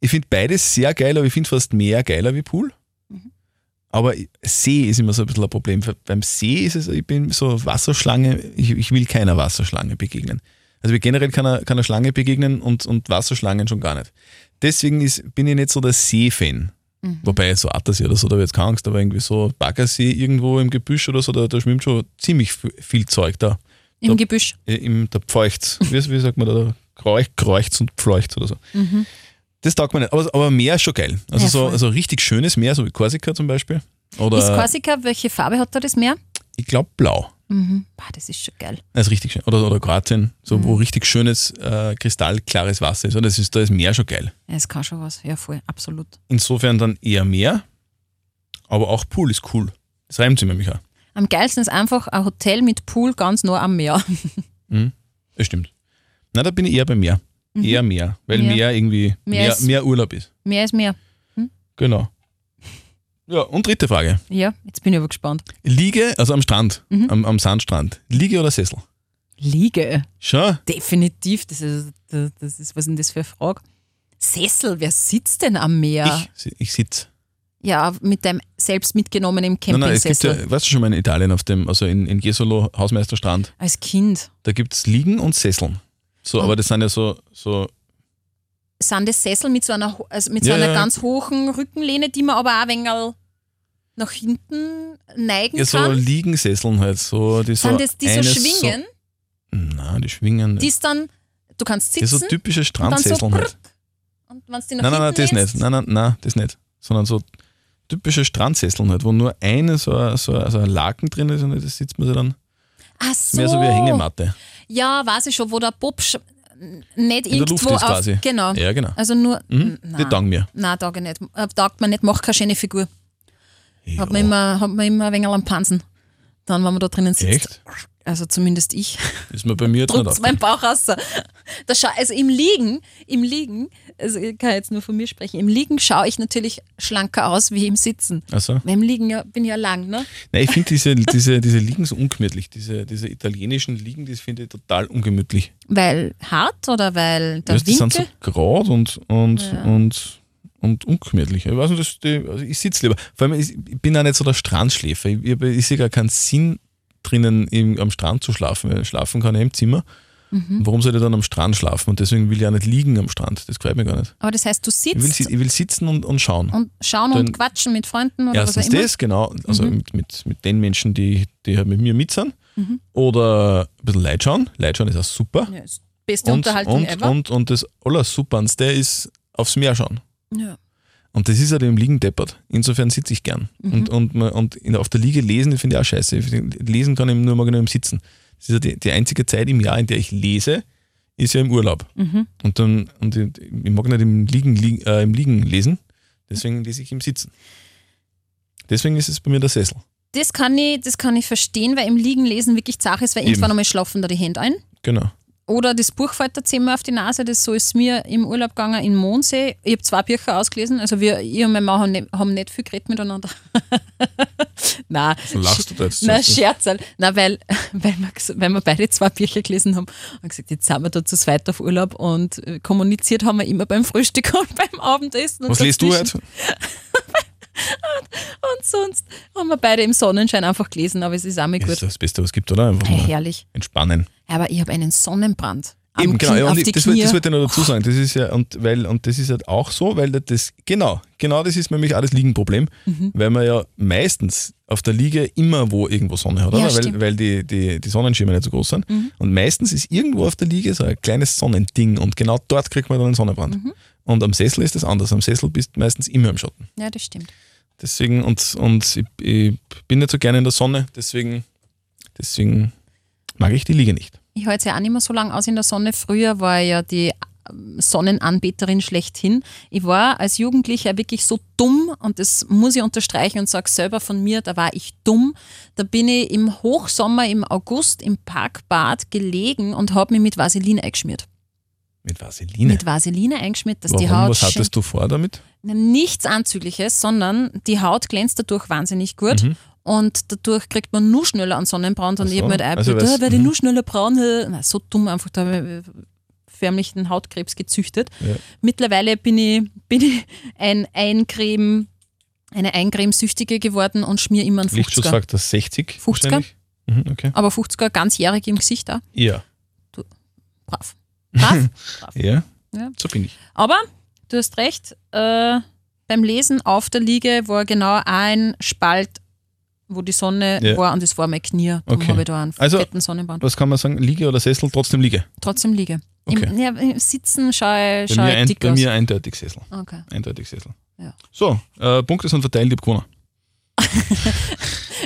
D: ich finde beides sehr geil, aber ich finde fast Meer geiler wie Pool.
C: Mhm.
D: Aber See ist immer so ein bisschen ein Problem. Beim See ist es, ich bin so Wasserschlange, ich, ich will keiner Wasserschlange begegnen. Also generell kann er, kann er Schlange begegnen und, und Wasserschlangen schon gar nicht. Deswegen ist, bin ich nicht so der See-Fan.
C: Mhm.
D: Wobei, so Attersee oder so, da habe ich jetzt keine Angst, aber irgendwie so Baggersee irgendwo im Gebüsch oder so, da, da schwimmt schon ziemlich viel- viel Zeug da.
C: Im Gebüsch.
D: Äh, Im, da pfeucht's. Wie, wie sagt man da? da kreuch, kreucht's und pfleucht's oder so. Das taugt mir nicht. Aber, aber Meer ist schon geil. Also
C: Mhm. Ja,
D: so
C: voll.
D: also richtig schönes Meer, so wie Korsika zum Beispiel. Oder
C: ist Korsika, welche Farbe hat da das Meer?
D: ich glaube blau.
C: Mhm. Boah, das ist schon geil.
D: Das ist richtig schön. Oder, oder Kroatien, so
C: Mhm.
D: wo richtig schönes, äh, kristallklares Wasser ist. Und das ist, da ist Meer schon geil.
C: Ja, es kann schon was. Ja, voll, absolut.
D: Insofern dann eher Meer, aber auch Pool ist cool. Das reimt sich nämlich auch.
C: Am geilsten ist einfach ein Hotel mit Pool ganz nah am Meer.
D: Das stimmt. Na, da bin ich eher bei Meer. Eher Meer, weil
C: Meer.
D: Meer irgendwie
C: Meer
D: mehr,
C: Mhm. ist-
D: mehr Urlaub ist.
C: Meer ist Meer.
D: Genau. Ja, und dritte Frage.
C: Ja, jetzt bin ich aber gespannt.
D: Liege, also am Strand,
C: Mhm.
D: am, am Sandstrand. Liege oder Sessel?
C: Liege.
D: Schon.
C: Definitiv. Das ist, das das ist was ist denn das für eine Frage? Sessel, wer sitzt denn am Meer?
D: Ich, ich sitze.
C: Ja, mit deinem selbst mitgenommenen
D: Nein, nein, es gibt
C: Campingsessel.
D: ja, weißt du schon mal in Italien auf dem, also in, in Jesolo, Hausmeisterstrand,
C: Als Kind.
D: da gibt es Liegen und Sesseln. So,
C: Oh.
D: aber das sind ja so, so
C: sind das Sessel mit so einer, ho- also mit so
D: Ja,
C: einer
D: ja.
C: ganz hohen Rückenlehne, die man aber auch ein wenig nach hinten neigen
D: Ja, so
C: kann.
D: Liegensesseln halt. So, die so
C: sind das die so
D: eine
C: schwingen,
D: So, nein, die schwingen.
C: die
D: nicht.
C: es dann, du kannst
D: das
C: sitzen
D: ist so
C: und
D: typische
C: dann so
D: Strandsesseln halt.
C: brrk. und wenn die nach
D: Nein, nein, nein,
C: hinten
D: das
C: lehnst,
D: nicht. Nein, nein, nein, das nicht. Sondern so typische Strandsesseln halt, wo nur eine so, ein- so, ein- so ein Laken drin ist und das sitzt man sich dann.
C: Ach so.
D: Mehr so wie eine Hängematte.
C: Ja, weiß ich schon, wo der Bobsch nicht
D: In der Luft
C: irgendwo
D: ist
C: auf,
D: quasi.
C: genau.
D: Ja, genau.
C: Also nur,
D: Mhm. Die
C: nein,
D: taugen mir.
C: nein, tauge ich nicht. Äh, Taugt man nicht, macht keine schöne Figur. Hat man,
D: Ja.
C: immer, hat man immer ein wenig am Pansen. Dann, wenn man da drinnen sitzt.
D: Echt?
C: Also zumindest ich.
D: Ist mir bei mir jetzt nicht
C: drückt mein
D: aufgefallen.
C: Bauch raus. Das scha- also im Liegen, im Liegen, also ich kann jetzt nur von mir sprechen, im Liegen schaue ich natürlich schlanker aus wie im Sitzen.
D: Also,
C: Weil im Liegen ja, bin ich ja lang, ne?
D: nein, ich finde diese, diese, diese Liegen so ungemütlich. Diese, diese italienischen Liegen, das finde ich total ungemütlich.
C: Weil hart oder weil der
D: Weißt, die sind so
C: Winkel?
D: gerade und, und, und, und ungemütlich. Ich weiß nicht, das, die, also ich sitze lieber. Vor allem, ich, ich bin auch nicht so der Strandschläfer. Ich, ich, hab- ich sehe gar keinen Sinn drinnen, im, am Strand zu schlafen. Weil schlafen kann ich im Zimmer.
C: Mhm.
D: Warum soll ich dann am Strand schlafen? Und deswegen will ich auch nicht liegen am Strand. Das gefällt mir gar nicht.
C: Aber das heißt, du
D: Ich will,
C: sitzt
D: si- ich will sitzen und, und schauen.
C: und schauen
D: Dann-
C: und quatschen mit Freunden oder was auch
D: Erstens
C: immer. Mhm.
D: das, genau. Also mit, mit, mit den Menschen, die, die halt mit mir mit sind.
C: Mhm.
D: Oder ein bisschen Leid schauen. Leid schauen ist auch super.
C: Ja, ist beste Unterhaltung
D: und,
C: ever.
D: und, und das Allersuperste ist aufs Meer schauen.
C: ja.
D: Und das ist halt im Liegen deppert. Insofern sitze ich gern.
C: Mhm.
D: Und, und, man- und in, auf der Liege lesen finde ich auch scheiße. Ich find, Lesen kann ich nur mal genau im Sitzen. Das ist ja die, die einzige Zeit im Jahr, in der ich lese, ist ja im Urlaub.
C: Mhm.
D: Und, dann, und ich, ich mag nicht im Liegen, liegen, äh, im Liegen lesen, deswegen lese ich im Sitzen. Deswegen ist es bei mir der Sessel.
C: Das kann ich, das kann ich verstehen, weil im Liegen lesen wirklich zach ist, weil irgendwann einmal schlafen da die Hände ein.
D: Genau.
C: Oder das Buch fällt da zehnmal auf die Nase, das so ist mir im Urlaub gegangen in Mondsee. Ich habe zwei Bücher ausgelesen, also wir, ich und mein Mann haben nicht, haben nicht viel geredet miteinander. Nein.
D: Also lachst du da jetzt?
C: Nein, Scherzerl. Nein, weil, weil, wir, ges- weil wir beide zwei Bücher gelesen haben und gesagt, jetzt sind wir da zu zweit auf Urlaub und äh, kommuniziert haben wir immer beim Frühstück und beim Abendessen. Und
D: Was liest du
C: dazwischen.
D: jetzt?
C: Und sonst haben wir beide im Sonnenschein einfach gelesen, aber es ist auch mal
D: Das ist
C: gut.
D: das Beste, was es gibt, oder? Einfach
C: Ja,
D: mal
C: herrlich.
D: entspannen.
C: Aber ich habe einen Sonnenbrand. am
D: Eben, genau.
C: Knie,
D: ja,
C: auf
D: und
C: die
D: das,
C: Knie.
D: wollte- das wollte ich noch dazu sagen. Das ist ja, und weil, und das ist halt auch so, weil das, genau, genau das ist nämlich auch das Liegenproblem,
C: Mhm.
D: weil man ja meistens auf der Liege immer wo irgendwo Sonne hat,
C: Ja,
D: oder? Weil,
C: stimmt. Mhm.
D: weil die, die, die Sonnenschirme nicht so groß sind. Und meistens ist irgendwo auf der Liege so ein kleines Sonnending und genau dort kriegt man dann einen Sonnenbrand.
C: Mhm.
D: Und am Sessel ist das anders. Am Sessel bist du meistens immer im Schatten.
C: ja, das stimmt.
D: Deswegen, und, und ich, ich bin nicht so gerne in der Sonne, deswegen, deswegen mag ich die Liege nicht.
C: Ich halte es ja auch nicht mehr so lange aus in der Sonne. Früher war ich ja die ähm, Sonnenanbeterin schlechthin. Ich war als Jugendlicher wirklich so dumm und das muss ich unterstreichen und sage selber von mir, da war ich dumm. Da bin ich im Hochsommer im August im Parkbad gelegen und habe mich mit Vaseline eingeschmiert.
D: Mit Vaseline.
C: Mit Vaseline eingeschmiert, dass
D: Warum,
C: die Haut
D: was
C: schön-
D: hattest du vor damit?
C: nichts Anzügliches, sondern die Haut glänzt dadurch wahnsinnig gut. Und dadurch kriegt man nur schneller einen Sonnenbrand und
D: Mhm. Ach
C: ich
D: so.
C: habe mir halt
D: Also
C: also
D: weil's-
C: ah, werde ich
D: mhm.
C: nur schneller braun. äh, Na, so dumm einfach, da habe ich förmlich den Hautkrebs gezüchtet.
D: Ja.
C: Mittlerweile bin ich, bin ich ein Eincreme, eine Eincremesüchtige geworden und schmier immer einen 50er.
D: Lichtschutzfaktor 60
C: 50er?
D: wahrscheinlich. Mhm, okay.
C: Aber 50er ganzjährig im Gesicht auch.
D: Ja.
C: Brav. Brav.
D: ja.
C: Ja.
D: So bin ich.
C: Aber du hast recht, äh, beim Lesen auf der Liege war genau ein Spalt, wo die Sonne
D: Ja.
C: war und das war mein Knie. Darum
D: Okay.
C: habe ich da einen
D: Also-
C: fetten Sonnenbrand.
D: Was kann man sagen? Liege oder Sessel? Trotzdem Liege.
C: Trotzdem Liege. Im, ja, im Sitzen schaue ich,
D: Bei, mir,
C: schaue ich
D: ein,
C: dick
D: bei
C: aus.
D: mir eindeutig Sessel.
C: Okay.
D: Eindeutig Sessel.
C: Ja.
D: So, äh, Punkte sind verteilt, ich hab gewonnen.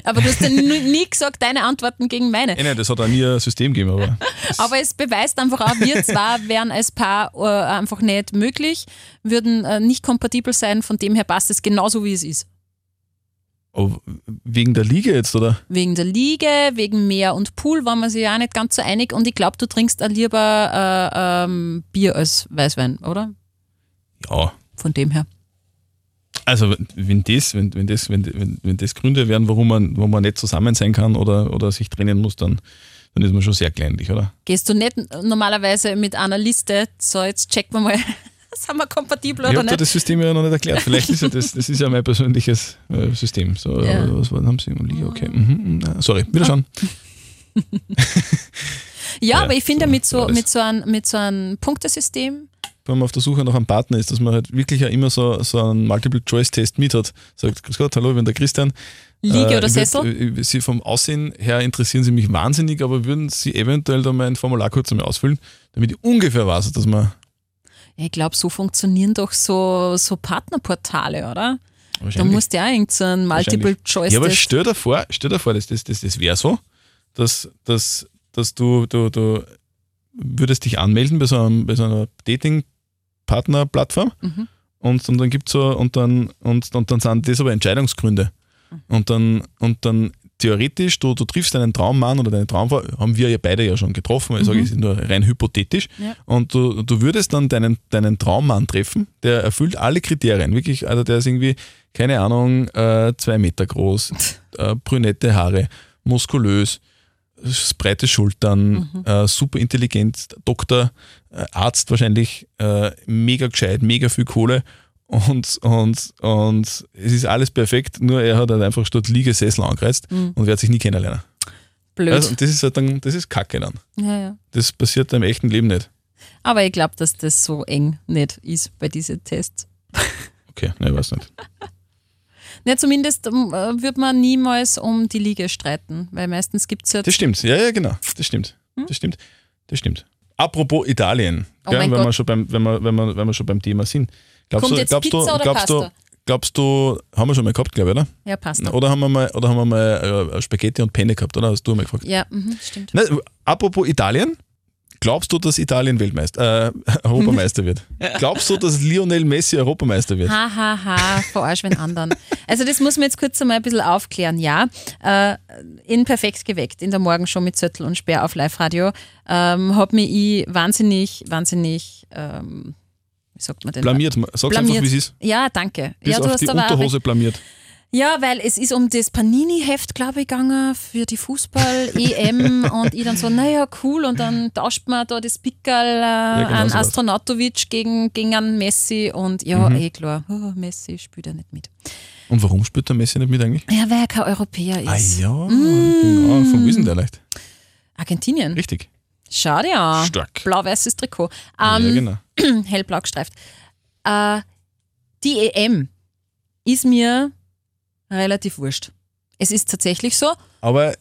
C: Aber du hast ja nie, nie gesagt, deine Antworten gegen meine.
D: Äh, nein, das hat auch nie ein System gegeben, aber
C: Aber es beweist einfach auch, wir zwar wären als Paar äh, einfach nicht möglich, würden äh, nicht kompatibel sein, von dem her passt es genauso, wie es ist.
D: oh, wegen der Liege jetzt, oder?
C: Wegen der Liege, wegen Meer und Pool waren wir sich auch nicht ganz so einig. Und ich glaube, du trinkst auch lieber äh, ähm, Bier als Weißwein, oder?
D: Ja.
C: Von dem her.
D: Also wenn- wenn das, wenn, wenn das, wenn, wenn, wenn das Gründe wären, warum man, warum man nicht zusammen sein kann oder, oder sich trennen muss, dann, dann ist man schon sehr kleinlich, oder?
C: Gehst du nicht normalerweise mit einer Liste, so jetzt checken wir mal, sind wir kompatibel
D: Ich
C: oder
D: habe dir
C: nicht?
D: das System ja noch nicht erklärt. Vielleicht ist ja das, das ist ja mein persönliches äh, System. So,
C: Ja. Ah.
D: aber Was war, haben Sie? Liege? Okay. Mhm, mhm, na, sorry, wieder schauen.
C: Ja,
D: Ja,
C: aber ich finde,
D: so,
C: mit so,
D: alles.
C: mit so einem mit so einem Punktesystem,
D: Wenn man auf der Suche nach einem Partner ist, dass man halt wirklich ja immer so, so einen Multiple-Choice-Test mit hat. Sagt, grüß Gott, hallo, ich bin der Christian.
C: Liege
D: Äh,
C: oder
D: ich würd-
C: Sessel,
D: äh, Sie vom Aussehen her interessieren Sie mich wahnsinnig, aber würden Sie eventuell da mein Formular kurz einmal ausfüllen, damit ich ungefähr weiß, dass man äh,
C: ich glaube, so funktionieren doch so, so Partnerportale, oder? Da
D: wahrscheinlich.
C: musst du ja irgendeinen
D: Wahrscheinlich.
C: Multiple-Choice.
D: Ja, aber stell dir vor, stell dir vor, das, das, das, das wäre so, dass, dass, dass du, du, du würdest dich anmelden bei so, einem, bei so einer Dating-Partner-Plattform
C: Mhm.
D: und, und dann gibt's so, und dann, und, und dann sind das aber Entscheidungsgründe. Und dann, und dann theoretisch, du, du triffst deinen Traummann oder deine Traumfrau, haben wir ja beide ja schon getroffen, ich sage, es ist nur rein hypothetisch.
C: Ja.
D: Und du, du würdest dann deinen, deinen Traummann treffen, der erfüllt alle Kriterien, wirklich, also der ist irgendwie, keine Ahnung, äh, zwei Meter groß, äh, brünette Haare, muskulös, s- breite Schultern,
C: Mhm.
D: äh, super intelligent, Doktor, äh, Arzt wahrscheinlich, äh, mega gescheit, mega viel Kohle und, und, und es ist alles perfekt, nur er hat halt einfach statt Liegesessel angeheizt
C: Mhm.
D: und wird sich nie kennenlernen.
C: Blöd.
D: Also, und das ist halt dann, das ist Kacke dann.
C: ja, ja.
D: Das passiert im echten Leben nicht.
C: Aber ich glaube, dass das so eng nicht ist bei diesen Tests.
D: Okay, nein, ich weiß nicht.
C: Ja, zumindest ähm, äh, wird man niemals um die Liege streiten, weil meistens gibt es ja.
D: Das stimmt, ja, ja, genau. Das stimmt. Das stimmt. Das stimmt. Apropos Italien,
C: Hm? Oh
D: gell,
C: mein
D: wenn,
C: Gott.
D: wir schon beim, wenn, wir, wenn, wir, wenn wir schon beim Thema sind. Glaubst
C: Kommt
D: du,
C: jetzt
D: glaubst du,
C: Pizza oder
D: glaubst du,
C: Pasta?
D: glaubst du, haben wir schon mal gehabt, glaube ich, oder?
C: Ja, passt.
D: Oder haben wir mal, oder haben wir mal äh, Spaghetti und Penne gehabt, oder? Hast du mal gefragt?
C: Ja, mhm, stimmt.
D: Nein, apropos Italien, glaubst du, dass Italien Weltmeister, äh, Europameister wird? Glaubst du, dass Lionel Messi Europameister wird?
C: Ha, ha, ha, verarsch wenn anderen. Also das muss man jetzt kurz einmal ein bisschen aufklären, ja. Äh, in Perfekt geweckt, in der Morgenshow mit Zöttl und Speer auf Live-Radio, ähm, hat mich ich wahnsinnig, wahnsinnig, ähm, wie sagt man denn?
D: Blamiert, sag's einfach,
C: Blamiert.
D: wie es ist.
C: Ja, danke.
D: Bis
C: ja,
D: auf die
C: aber auch recht.
D: Unterhose blamiert.
C: Ja, weil es ist um das Panini-Heft, glaube ich, gegangen für die Fußball-EM und ich dann so, naja, cool. Und dann tauscht man da das Pickerl äh,
D: genau
C: an
D: sowas. Mhm.
C: Astronautovic gegen, gegen einen Messi und ja, eh klar, oh, Messi spielt ja nicht mit.
D: Und warum spielt der Messi nicht mit eigentlich?
C: Ja, weil er kein Europäer
D: Ah
C: ist. Mm.
D: ja, genau. Von wo ist denn der leicht?
C: Argentinien.
D: Richtig.
C: Schau dir an.
D: Stark.
C: Blau-weißes Trikot.
D: Ja,
C: Ah. Ähm,
D: genau.
C: hellblau gestreift. Äh, die EM ist mir relativ wurscht. Es ist tatsächlich so.
D: Aber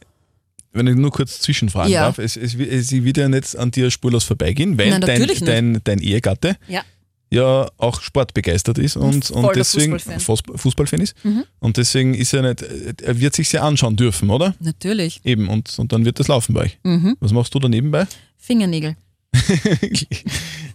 D: wenn ich nur kurz zwischenfragen
C: Ja.
D: darf, es, es, es wird ja nicht an dir spurlos vorbeigehen, weil
C: Nein,
D: dein,
C: natürlich nicht.
D: dein, dein Ehegatte
C: Ja.
D: ja auch sportbegeistert ist und,
C: voll
D: und
C: der
D: deswegen
C: Fußballfan. Mhm.
D: Fußball- Fußballfan ist. Und deswegen ist er nicht, er wird sich ja anschauen dürfen, oder?
C: Natürlich. Mhm.
D: Eben, und, und dann wird das laufen bei euch. Was machst du da nebenbei?
C: Fingernägel.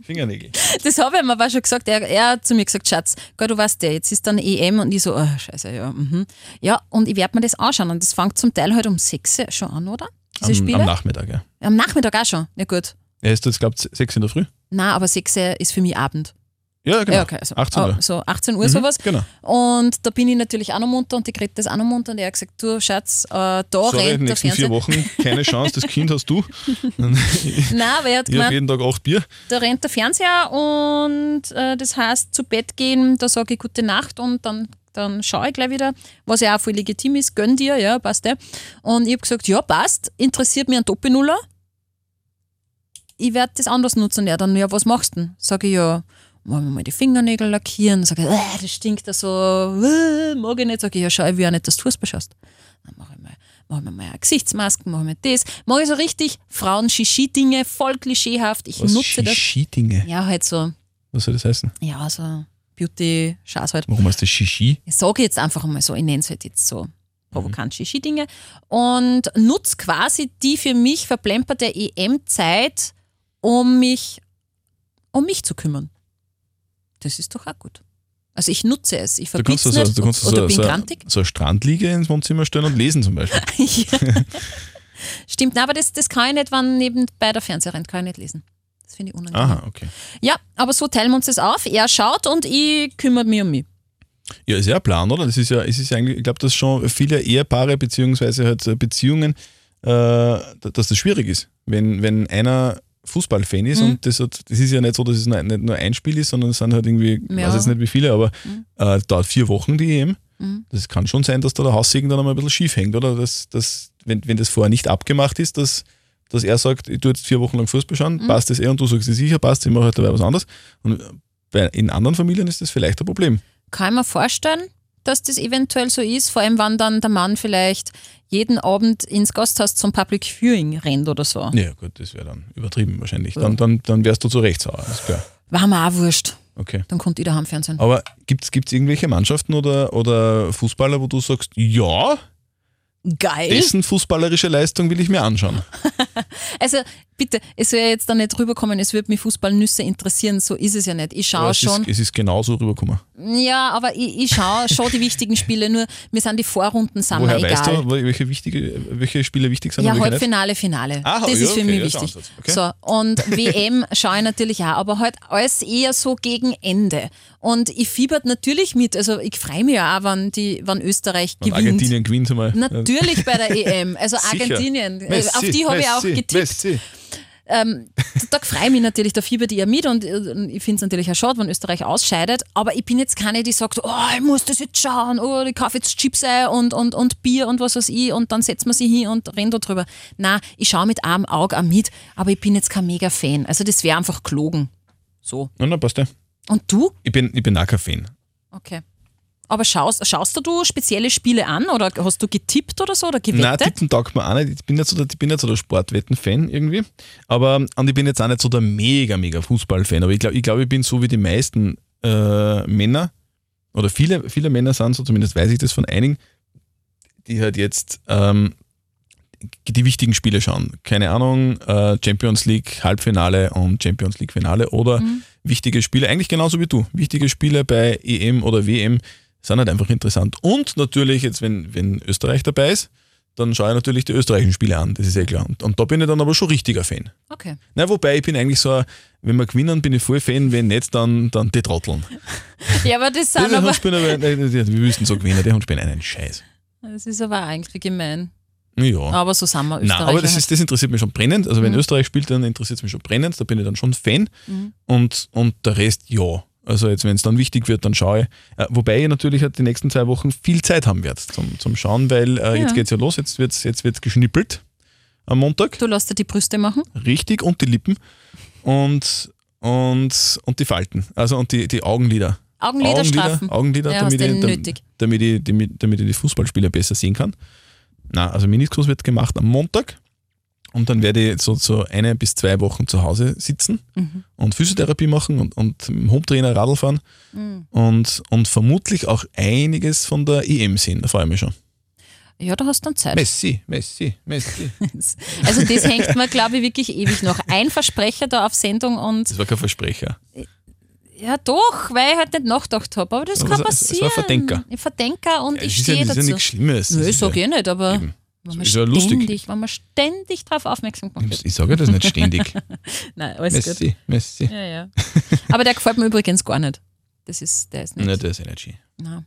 D: Fingernägel.
C: Das habe ich ihm aber schon gesagt. Er, er hat zu mir gesagt, Schatz, Gott, du weißt ja, jetzt ist dann EM und ich so, oh, scheiße, ja. Mhm. Ja, und ich werde mir das anschauen. Und das fängt zum Teil halt um 6 schon an, oder? Diese
D: Am,
C: Spiele?
D: am Nachmittag, ja.
C: Am Nachmittag auch schon. Ja gut.
D: Er ist jetzt, glaube ich, sechs in der Früh.
C: Na, aber 6 ist für mich Abend.
D: Ja, genau.
C: Ja, okay. Also,
D: 18 Uhr.
C: oh, so 18 Uhr sowas.
D: genau.
C: Und da bin ich natürlich auch noch munter und die Grete ist auch noch munter und er hat gesagt, du Schatz, äh, da
D: Sorry, in
C: rennt der
D: den nächsten vier
C: Fernseher.
D: Wochen keine Chance, das Kind hast du.
C: Nein, aber er hat
D: Ich habe
C: gemeint,
D: jeden Tag acht Bier.
C: da rennt der Fernseher und äh, das heißt, zu Bett gehen, da sage ich gute Nacht und dann, dann schaue ich gleich wieder, was ja auch voll legitim ist, gönn dir, ja, passt der. Und ich habe gesagt, ja, passt, interessiert mich ein Doppelnuller. Ich werde das anders nutzen. Er dann, ja, was machst du denn? Sage ich, ja, wollen wir mal die Fingernägel lackieren? Sage ich, äh, das stinkt da so, äh, mag ich nicht. Sage ich, ja, schau, ich will auch nicht, dass du Fußball schaust. Dann mache ich mal, mach ich mir mal eine Gesichtsmaske, mache ich mir das. Mache ich so richtig Frauen-Shishi-Dinge, voll klischeehaft. Ich
D: Was?
C: nutze das.
D: Shishi-Dinge.
C: Ja, halt so,
D: Was soll das heißen?
C: ja, so Beauty-Scheiß halt.
D: Warum heißt das Shishi?
C: Ich sage jetzt einfach mal so, ich nenne es halt jetzt so
D: Mhm.
C: provokant Shishi-Dinge und nutze quasi die für mich verplemperte EM-Zeit, um mich, um mich zu kümmern. Das ist doch auch gut. Also ich nutze es, ich
D: Du
C: verbiete
D: kannst, so,
C: es
D: so,
C: nicht
D: du kannst also so,
C: oder bin
D: so,
C: grantig.
D: so eine Strandliege ins Wohnzimmer stellen und lesen zum Beispiel.
C: Ja. Stimmt, nein, aber das, das kann ich nicht, wenn nebenbei der Fernseher rennt, kann ich nicht lesen. Das finde ich unangenehm.
D: Aha, okay.
C: Ja, aber so teilen wir uns das auf. Er schaut und ich kümmert mich um mich.
D: Ja, ist ja ein Plan, oder? Das ist ja, es ist ja eigentlich, ich glaube, dass schon viele Ehepaare beziehungsweise halt äh, Beziehungen, äh, da- dass das schwierig ist. Wenn, wenn einer Fußballfan ist und das, hat, das ist ja nicht so, dass es nur, nicht nur ein Spiel ist, sondern es sind halt irgendwie, ich weiß
C: Mehrere.
D: jetzt nicht wie viele, aber äh, dauert vier Wochen die EM. Das kann schon sein, dass da der Haussegen dann einmal ein bisschen schief hängt, oder? Dass, dass, wenn, wenn das vorher nicht abgemacht ist, dass, dass er sagt, ich tue jetzt vier Wochen lang Fußball schauen, passt das eh und du sagst, sicher passt, ich mache halt dabei was anderes. Und bei, in anderen Familien ist das vielleicht ein Problem.
C: kann ich mir vorstellen, dass das eventuell so ist, vor allem wenn dann der Mann vielleicht jeden Abend ins Gasthaus zum Public Viewing rennt oder so.
D: Ja, gut, das wäre dann übertrieben wahrscheinlich. Dann, dann, dann wärst du zu Recht sauer, ist klar.
C: War mir auch wurscht.
D: Okay.
C: Dann konnte ich daheim fernsehen.
D: Aber gibt es irgendwelche Mannschaften oder, oder Fußballer, wo du sagst, ja,
C: Geil.
D: dessen fußballerische Leistung will ich mir anschauen?
C: Also bitte, es soll ja jetzt da nicht rüberkommen, es würde mich Fußballnüsse interessieren, so ist es ja nicht. Ich schaue
D: Aber es,
C: schon.
D: Ist, es ist genauso rübergekommen.
C: Ja, aber ich, ich schaue schon die wichtigen Spiele, nur mir sind die Vorrunden sind mir
D: Woher
C: egal.
D: weißt du, welche, wichtige, welche Spiele wichtig sind
C: Ja, halt
D: und welche nicht?
C: Halbfinale, Finale.
D: Ah,
C: das
D: ja,
C: ist für
D: okay,
C: mich
D: ja, ist ein
C: wichtig.
D: Ansatz, okay.
C: So, und WM schaue ich natürlich auch, aber halt alles eher so gegen Ende. Und ich fiebert natürlich mit. Also ich freue mich ja auch, wenn, die, wenn Österreich
D: Und
C: gewinnt.
D: Argentinien gewinnt einmal.
C: Natürlich bei der EM. Also
D: Sicher.
C: Argentinien. Äh,
D: Messi,
C: Auf die habe ich auch
D: Messi,
C: getippt.
D: Messi.
C: Da freue ich mich natürlich, da fiebert ich ja mit und äh, und ich finde es natürlich auch schade, wenn Österreich ausscheidet. Aber ich bin jetzt keine, die sagt, oh, ich muss das jetzt schauen, oh, ich kaufe jetzt Chips ein und, und, und Bier und was weiß ich und dann setzt man sich hin und rennt da drüber. Nein, ich schaue mit einem Auge auch mit, aber ich bin jetzt kein Mega-Fan. Also das wäre einfach klogen. So.
D: Na, na, passt ja.
C: Und du?
D: Ich bin, ich bin auch kein Fan.
C: Okay. Aber schaust, schaust du, du spezielle Spiele an oder hast du getippt oder so oder
D: Nein,
C: gewettet?
D: tippen taugt mir auch nicht. Ich bin nicht so der, ich bin nicht so der Sportwetten-Fan irgendwie. Aber, und ich bin jetzt auch nicht so der mega, mega Fußball-Fan. Aber ich glaube, ich, glaub, ich bin so wie die meisten äh, Männer, oder viele, viele Männer sind so, zumindest weiß ich das von einigen, die halt jetzt ähm, die wichtigen Spiele schauen. Keine Ahnung, äh, Champions League Halbfinale und Champions League Finale oder wichtige Spiele, eigentlich genauso wie du. Wichtige Spiele bei EM oder WM sind halt einfach interessant. Und natürlich, jetzt wenn, wenn Österreich dabei ist, dann schaue ich natürlich die österreichischen Spiele an, das ist ja klar. Und, und da bin ich dann aber schon richtiger Fan.
C: Okay.
D: Na, wobei ich bin eigentlich so, ein, wenn wir gewinnen, bin ich voll Fan, wenn nicht, dann, dann die Trotteln.
C: Ja, aber das
D: Die
C: sind aber,
D: Hundspielen, aber, nein, nein, die- wir müssen so gewinnen, die spielen einen Scheiß.
C: das ist aber eigentlich gemein.
D: Ja.
C: Aber so sind wir
D: Nein,
C: Oh, Österreicher. Mhm.
D: aber das,
C: halt.
D: ist, das interessiert mich schon brennend. Also wenn Österreich spielt, dann interessiert es mich schon brennend, da bin ich dann schon Fan.
C: Mhm.
D: Und, und der Rest ja. Also jetzt, wenn es dann wichtig wird, dann schaue ich. Äh, wobei ihr natürlich halt die nächsten zwei Wochen viel Zeit haben werdet zum, zum Schauen, weil äh,
C: Ja.
D: jetzt geht's ja los, jetzt wird's, jetzt wird's geschnippelt. am Montag.
C: Du lässt dir die Brüste machen.
D: Richtig, und die Lippen und, und, und die Falten. Also und die, die Augenlider.
C: Augenlider straffen.
D: Augenlider,
C: Ja,
D: damit,
C: hast
D: ich,
C: du
D: dam-
C: nötig.
D: damit, ich, damit, damit ich die Fußballspieler besser sehen kann. Na, also Miniskurs wird gemacht am Montag und dann werde ich so, so eine bis zwei Wochen zu Hause sitzen
C: Mhm.
D: und Physiotherapie machen und, und mit dem Hometrainer Radl fahren
C: Mhm.
D: und, und vermutlich auch einiges von der EM sehen. Da freue ich mich schon.
C: Ja, da hast du dann Zeit.
D: Messi, Messi, Messi.
C: Also das hängt mir, glaube ich, wirklich ewig noch. Ein Versprecher da auf Sendung und
D: Das war kein Versprecher.
C: ja doch, weil ich halt nicht nachgedacht habe. Aber das
D: Aber
C: kann
D: es- es war
C: passieren.
D: Verdenker.
C: Ich verdenker und
D: Ja,
C: ich
D: es ist ja,
C: stehe
D: das ist
C: dazu.
D: ja nichts Schlimmes.
C: Nö,
D: Das
C: ich
D: ist ja-
C: sag eh nicht, aber wenn man,
D: Ist ja lustig.
C: ständig, wenn man ständig drauf aufmerksam gemacht wird.
D: Ich sage ja das nicht ständig.
C: Nein, alles gut.
D: Messi, Messi.
C: Ja, ja. Aber der gefällt mir übrigens gar nicht. Das ist, der ist nicht.
D: Nein, das ist Energy.
C: Nein.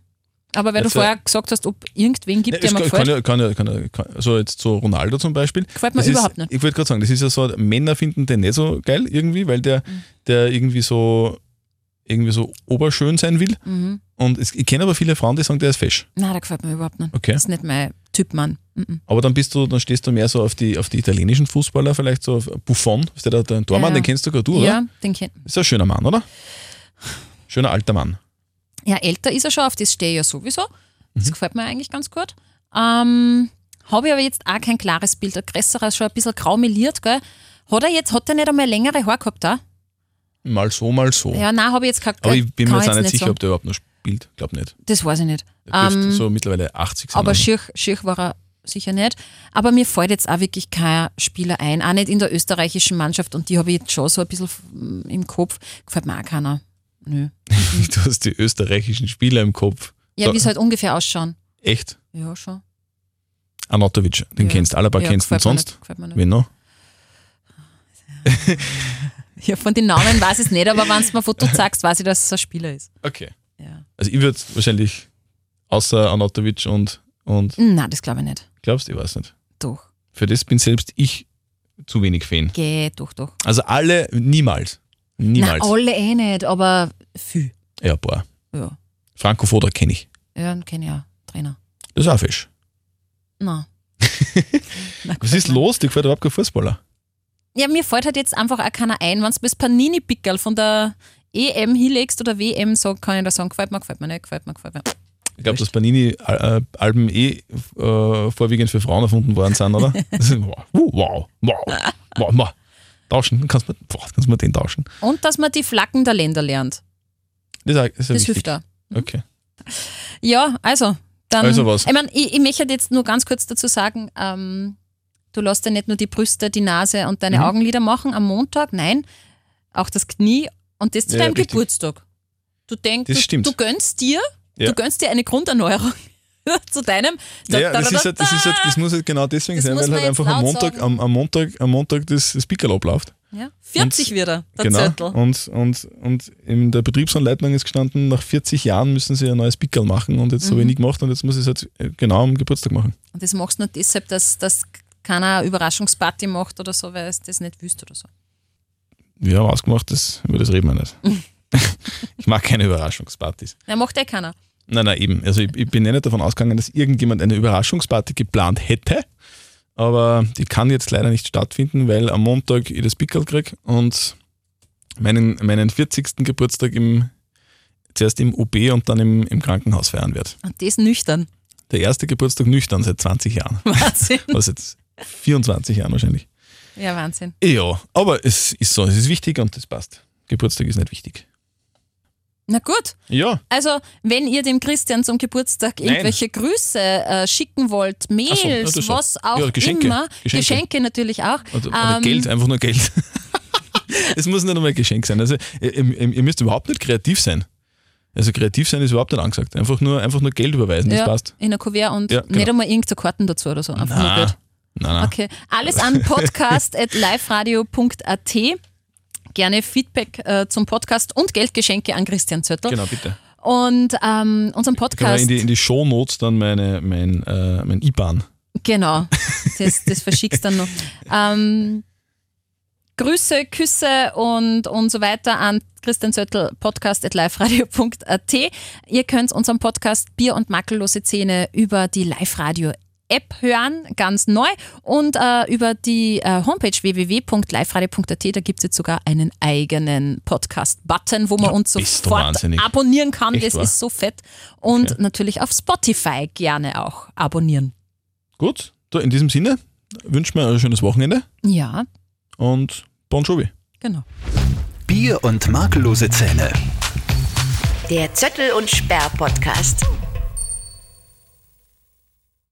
C: Aber weil
D: Also-
C: du vorher gesagt hast, ob irgendwen gibt, der mir
D: kann,
C: gefällt.
D: kann, ja- kann, ja- kann, ja- kann, so jetzt so Ronaldo zum Beispiel.
C: Gefällt mir
D: Das
C: überhaupt
D: ist,
C: nicht.
D: Ich wollte gerade sagen, das ist ja so, Männer finden den nicht so geil irgendwie, weil der,
C: Mhm.
D: der irgendwie so irgendwie so oberschön sein will.
C: Mhm.
D: Und es, ich kenne aber viele Frauen, die sagen, der ist fesch.
C: Nein, der gefällt mir überhaupt nicht.
D: Okay.
C: Das ist nicht mein Typ, Mann. Mhm.
D: Aber dann bist du, dann stehst du mehr so auf die, auf die italienischen Fußballer, vielleicht so auf Buffon, ist der, der, der Tormann,
C: Ja.
D: den kennst du gerade du,
C: Ja,
D: oder?
C: den kennt
D: Ist ja ein schöner Mann, oder? Schöner alter Mann.
C: Ja, älter ist er schon, auf das stehe ich ja sowieso.
D: Mhm.
C: Das gefällt mir eigentlich ganz gut. Ähm, Habe ich aber jetzt auch kein klares Bild. Der Gresserer ist schon ein bisschen graumeliert, gell? Hat er jetzt, hat er nicht einmal längere Haare gehabt da?
D: Mal so, mal so.
C: Ja, nein, habe ich jetzt kein
D: aber ich bin mir
C: kann
D: jetzt auch nicht sicher,
C: sagen.
D: ob der überhaupt noch spielt. Glaub nicht.
C: Das weiß ich nicht.
D: Der dürfte
C: Ähm,
D: so mittlerweile 80 sein.
C: aber
D: oder?
C: schier, schier war er sicher nicht. Aber mir fällt jetzt auch wirklich kein Spieler ein. Auch nicht in der österreichischen Mannschaft. Und die habe ich jetzt schon so ein bisschen mm, im Kopf. Gefällt mir auch keiner. Nö.
D: Du hast die österreichischen Spieler im Kopf.
C: Ja,
D: So,
C: wie es halt ungefähr ausschauen.
D: Echt?
C: Ja, schon.
D: Anatovic, den
C: Ja.
D: kennst du, Alaba
C: ja,
D: kennst du
C: gefällt
D: und
C: mir
D: sonst?
C: nicht, gefällt mir nicht.
D: Wen noch?
C: Ja, von den Namen weiß ich es nicht, aber wenn du mir ein Foto sagst, weiß ich, dass es ein Spieler ist.
D: Okay.
C: Ja.
D: Also ich würde wahrscheinlich außer Anatovic und, und
C: Nein, das glaube ich nicht.
D: glaubst du, ich weiß nicht.
C: Doch.
D: Für das bin selbst ich zu wenig Fan.
C: Geh, doch, doch.
D: Also alle niemals.
C: Nein,
D: Niemals.
C: alle eh nicht, aber viel.
D: ja, boah.
C: Ja,
D: Franco Foda kenne ich.
C: ja den kenne ich auch. Trainer.
D: Das ist auch Fisch.
C: Nein. Nein,
D: Was
C: gefällt
D: ist
C: mir.
D: los? Die gefällt überhaupt kein Fußballer.
C: Ja, mir fällt halt jetzt einfach auch keiner ein. Wenn du das Panini-Pickerl von der EM hinlegst oder WM, so kann ich da sagen, gefällt mir, gefällt mir nicht, gefällt mir, gefällt mir.
D: Ich glaube, dass Panini-Alben eh äh, vorwiegend für Frauen erfunden worden sind, oder? Das ist, wow, wow, wow, wow, wow. Tauschen, kannst du boah, kannst du den tauschen?
C: Und dass man die Flaggen der Länder lernt.
D: Das, ist auch- ist auch
C: Das
D: wichtig.
C: hilft da.
D: Okay.
C: Ja, also. Dann,
D: Also was?
C: Ich meine, ich, ich möchte jetzt nur ganz kurz dazu sagen, ähm, du lässt ja nicht nur die Brüste, die Nase und
D: Mhm.
C: deine Augenlider machen am Montag, nein, auch das Knie und das zu
D: Ja,
C: deinem
D: richtig.
C: Geburtstag. Du denkst,
D: Das
C: du,
D: stimmt.
C: du gönnst dir,
D: Ja.
C: du gönnst dir eine Grunderneuerung zu deinem.
D: Ja, ja, das, ist halt, das, ist halt,
C: Da-da-da-da.
D: das muss halt genau deswegen
C: Das
D: sein,
C: muss
D: weil
C: man
D: halt
C: jetzt
D: einfach am
C: laut
D: Montag,
C: sagen.
D: am, am Montag, am Montag das, das Pickerl abläuft.
C: ja. 40
D: Und-
C: wieder, der
D: genau.
C: Zettel.
D: Und, und, und in der Betriebsanleitung ist gestanden, nach 40 Jahren müssen sie ein neues Pickerl machen und jetzt habe
C: Mhm.
D: ich nie gemacht und jetzt muss ich es halt äh, genau am Geburtstag machen.
C: Und das machst du nur deshalb, dass, dass keiner eine Überraschungsparty macht oder so, weil es das nicht wüsst oder so.
D: Wir haben ausgemacht, das, über das reden wir nicht. ich mag keine Überraschungspartys.
C: Nein, macht eh keiner.
D: Nein, nein, eben. Also ich, ich bin ja nicht davon ausgegangen, dass irgendjemand eine Überraschungsparty geplant hätte. Aber die kann jetzt leider nicht stattfinden, weil am Montag ich das Pickel krieg und meinen, meinen 40. Geburtstag im, zuerst im OB und dann im, im Krankenhaus feiern wird.
C: Und das nüchtern.
D: Der erste Geburtstag nüchtern seit 20 Jahren.
C: Wahnsinn.
D: Was jetzt 24 Jahren wahrscheinlich.
C: Ja, Wahnsinn.
D: Ja, aber es ist so, es ist wichtig und das passt. Geburtstag ist nicht wichtig.
C: Na gut,
D: Ja,
C: also wenn ihr dem Christian zum Geburtstag
D: Nein.
C: irgendwelche Grüße äh, schicken wollt, Mails,
D: Ach so, ja, das auch.
C: was auch
D: Ja, Geschenke.
C: immer,
D: Geschenke.
C: Geschenke. natürlich auch.
D: Oder, oder
C: Ähm,
D: Geld, einfach nur Geld. es muss nicht einmal ein Geschenk sein. Also ihr, ihr ihr müsst überhaupt nicht kreativ sein. Also kreativ sein ist überhaupt nicht angesagt. Einfach nur, einfach nur Geld überweisen,
C: ja,
D: das passt.
C: In ein Kuvert und
D: Ja, genau.
C: nicht einmal irgendeine Karten dazu oder so. Einfach nur
D: Nein,
C: Geld.
D: nein, nein.
C: Okay, alles an podcast.liferadio.at. Gerne Feedback äh, zum Podcast und Geldgeschenke an Christian Zöttl.
D: Genau, bitte.
C: Und ähm, unseren
D: Kann man
C: Podcast.
D: in die, in die Shownotes dann meine, mein, äh, mein IBAN.
C: Genau, das, das verschickst dann noch. Ähm, Grüße, Küsse und, und so weiter an Christian Zöttl, podcast.liferadio.at. Ihr könnt unseren Podcast Bier und makellose Zähne über die Live-Radio App hören, ganz neu. Und äh, über die äh, Homepage www.liveradio.at, da gibt es jetzt sogar einen eigenen Podcast-Button, wo man uns
D: bist du
C: sofort
D: wahnsinnig.
C: abonnieren kann.
D: Echt
C: das
D: wahr?
C: ist so fett. Und natürlich auf Spotify gerne auch abonnieren.
D: Gut, so in diesem Sinne wünschen wir ein schönes Wochenende
C: Ja,
D: und Bon Jovi.
C: genau.
A: Bier und makellose Zähne.
B: Der Zettel und Sperr Podcast.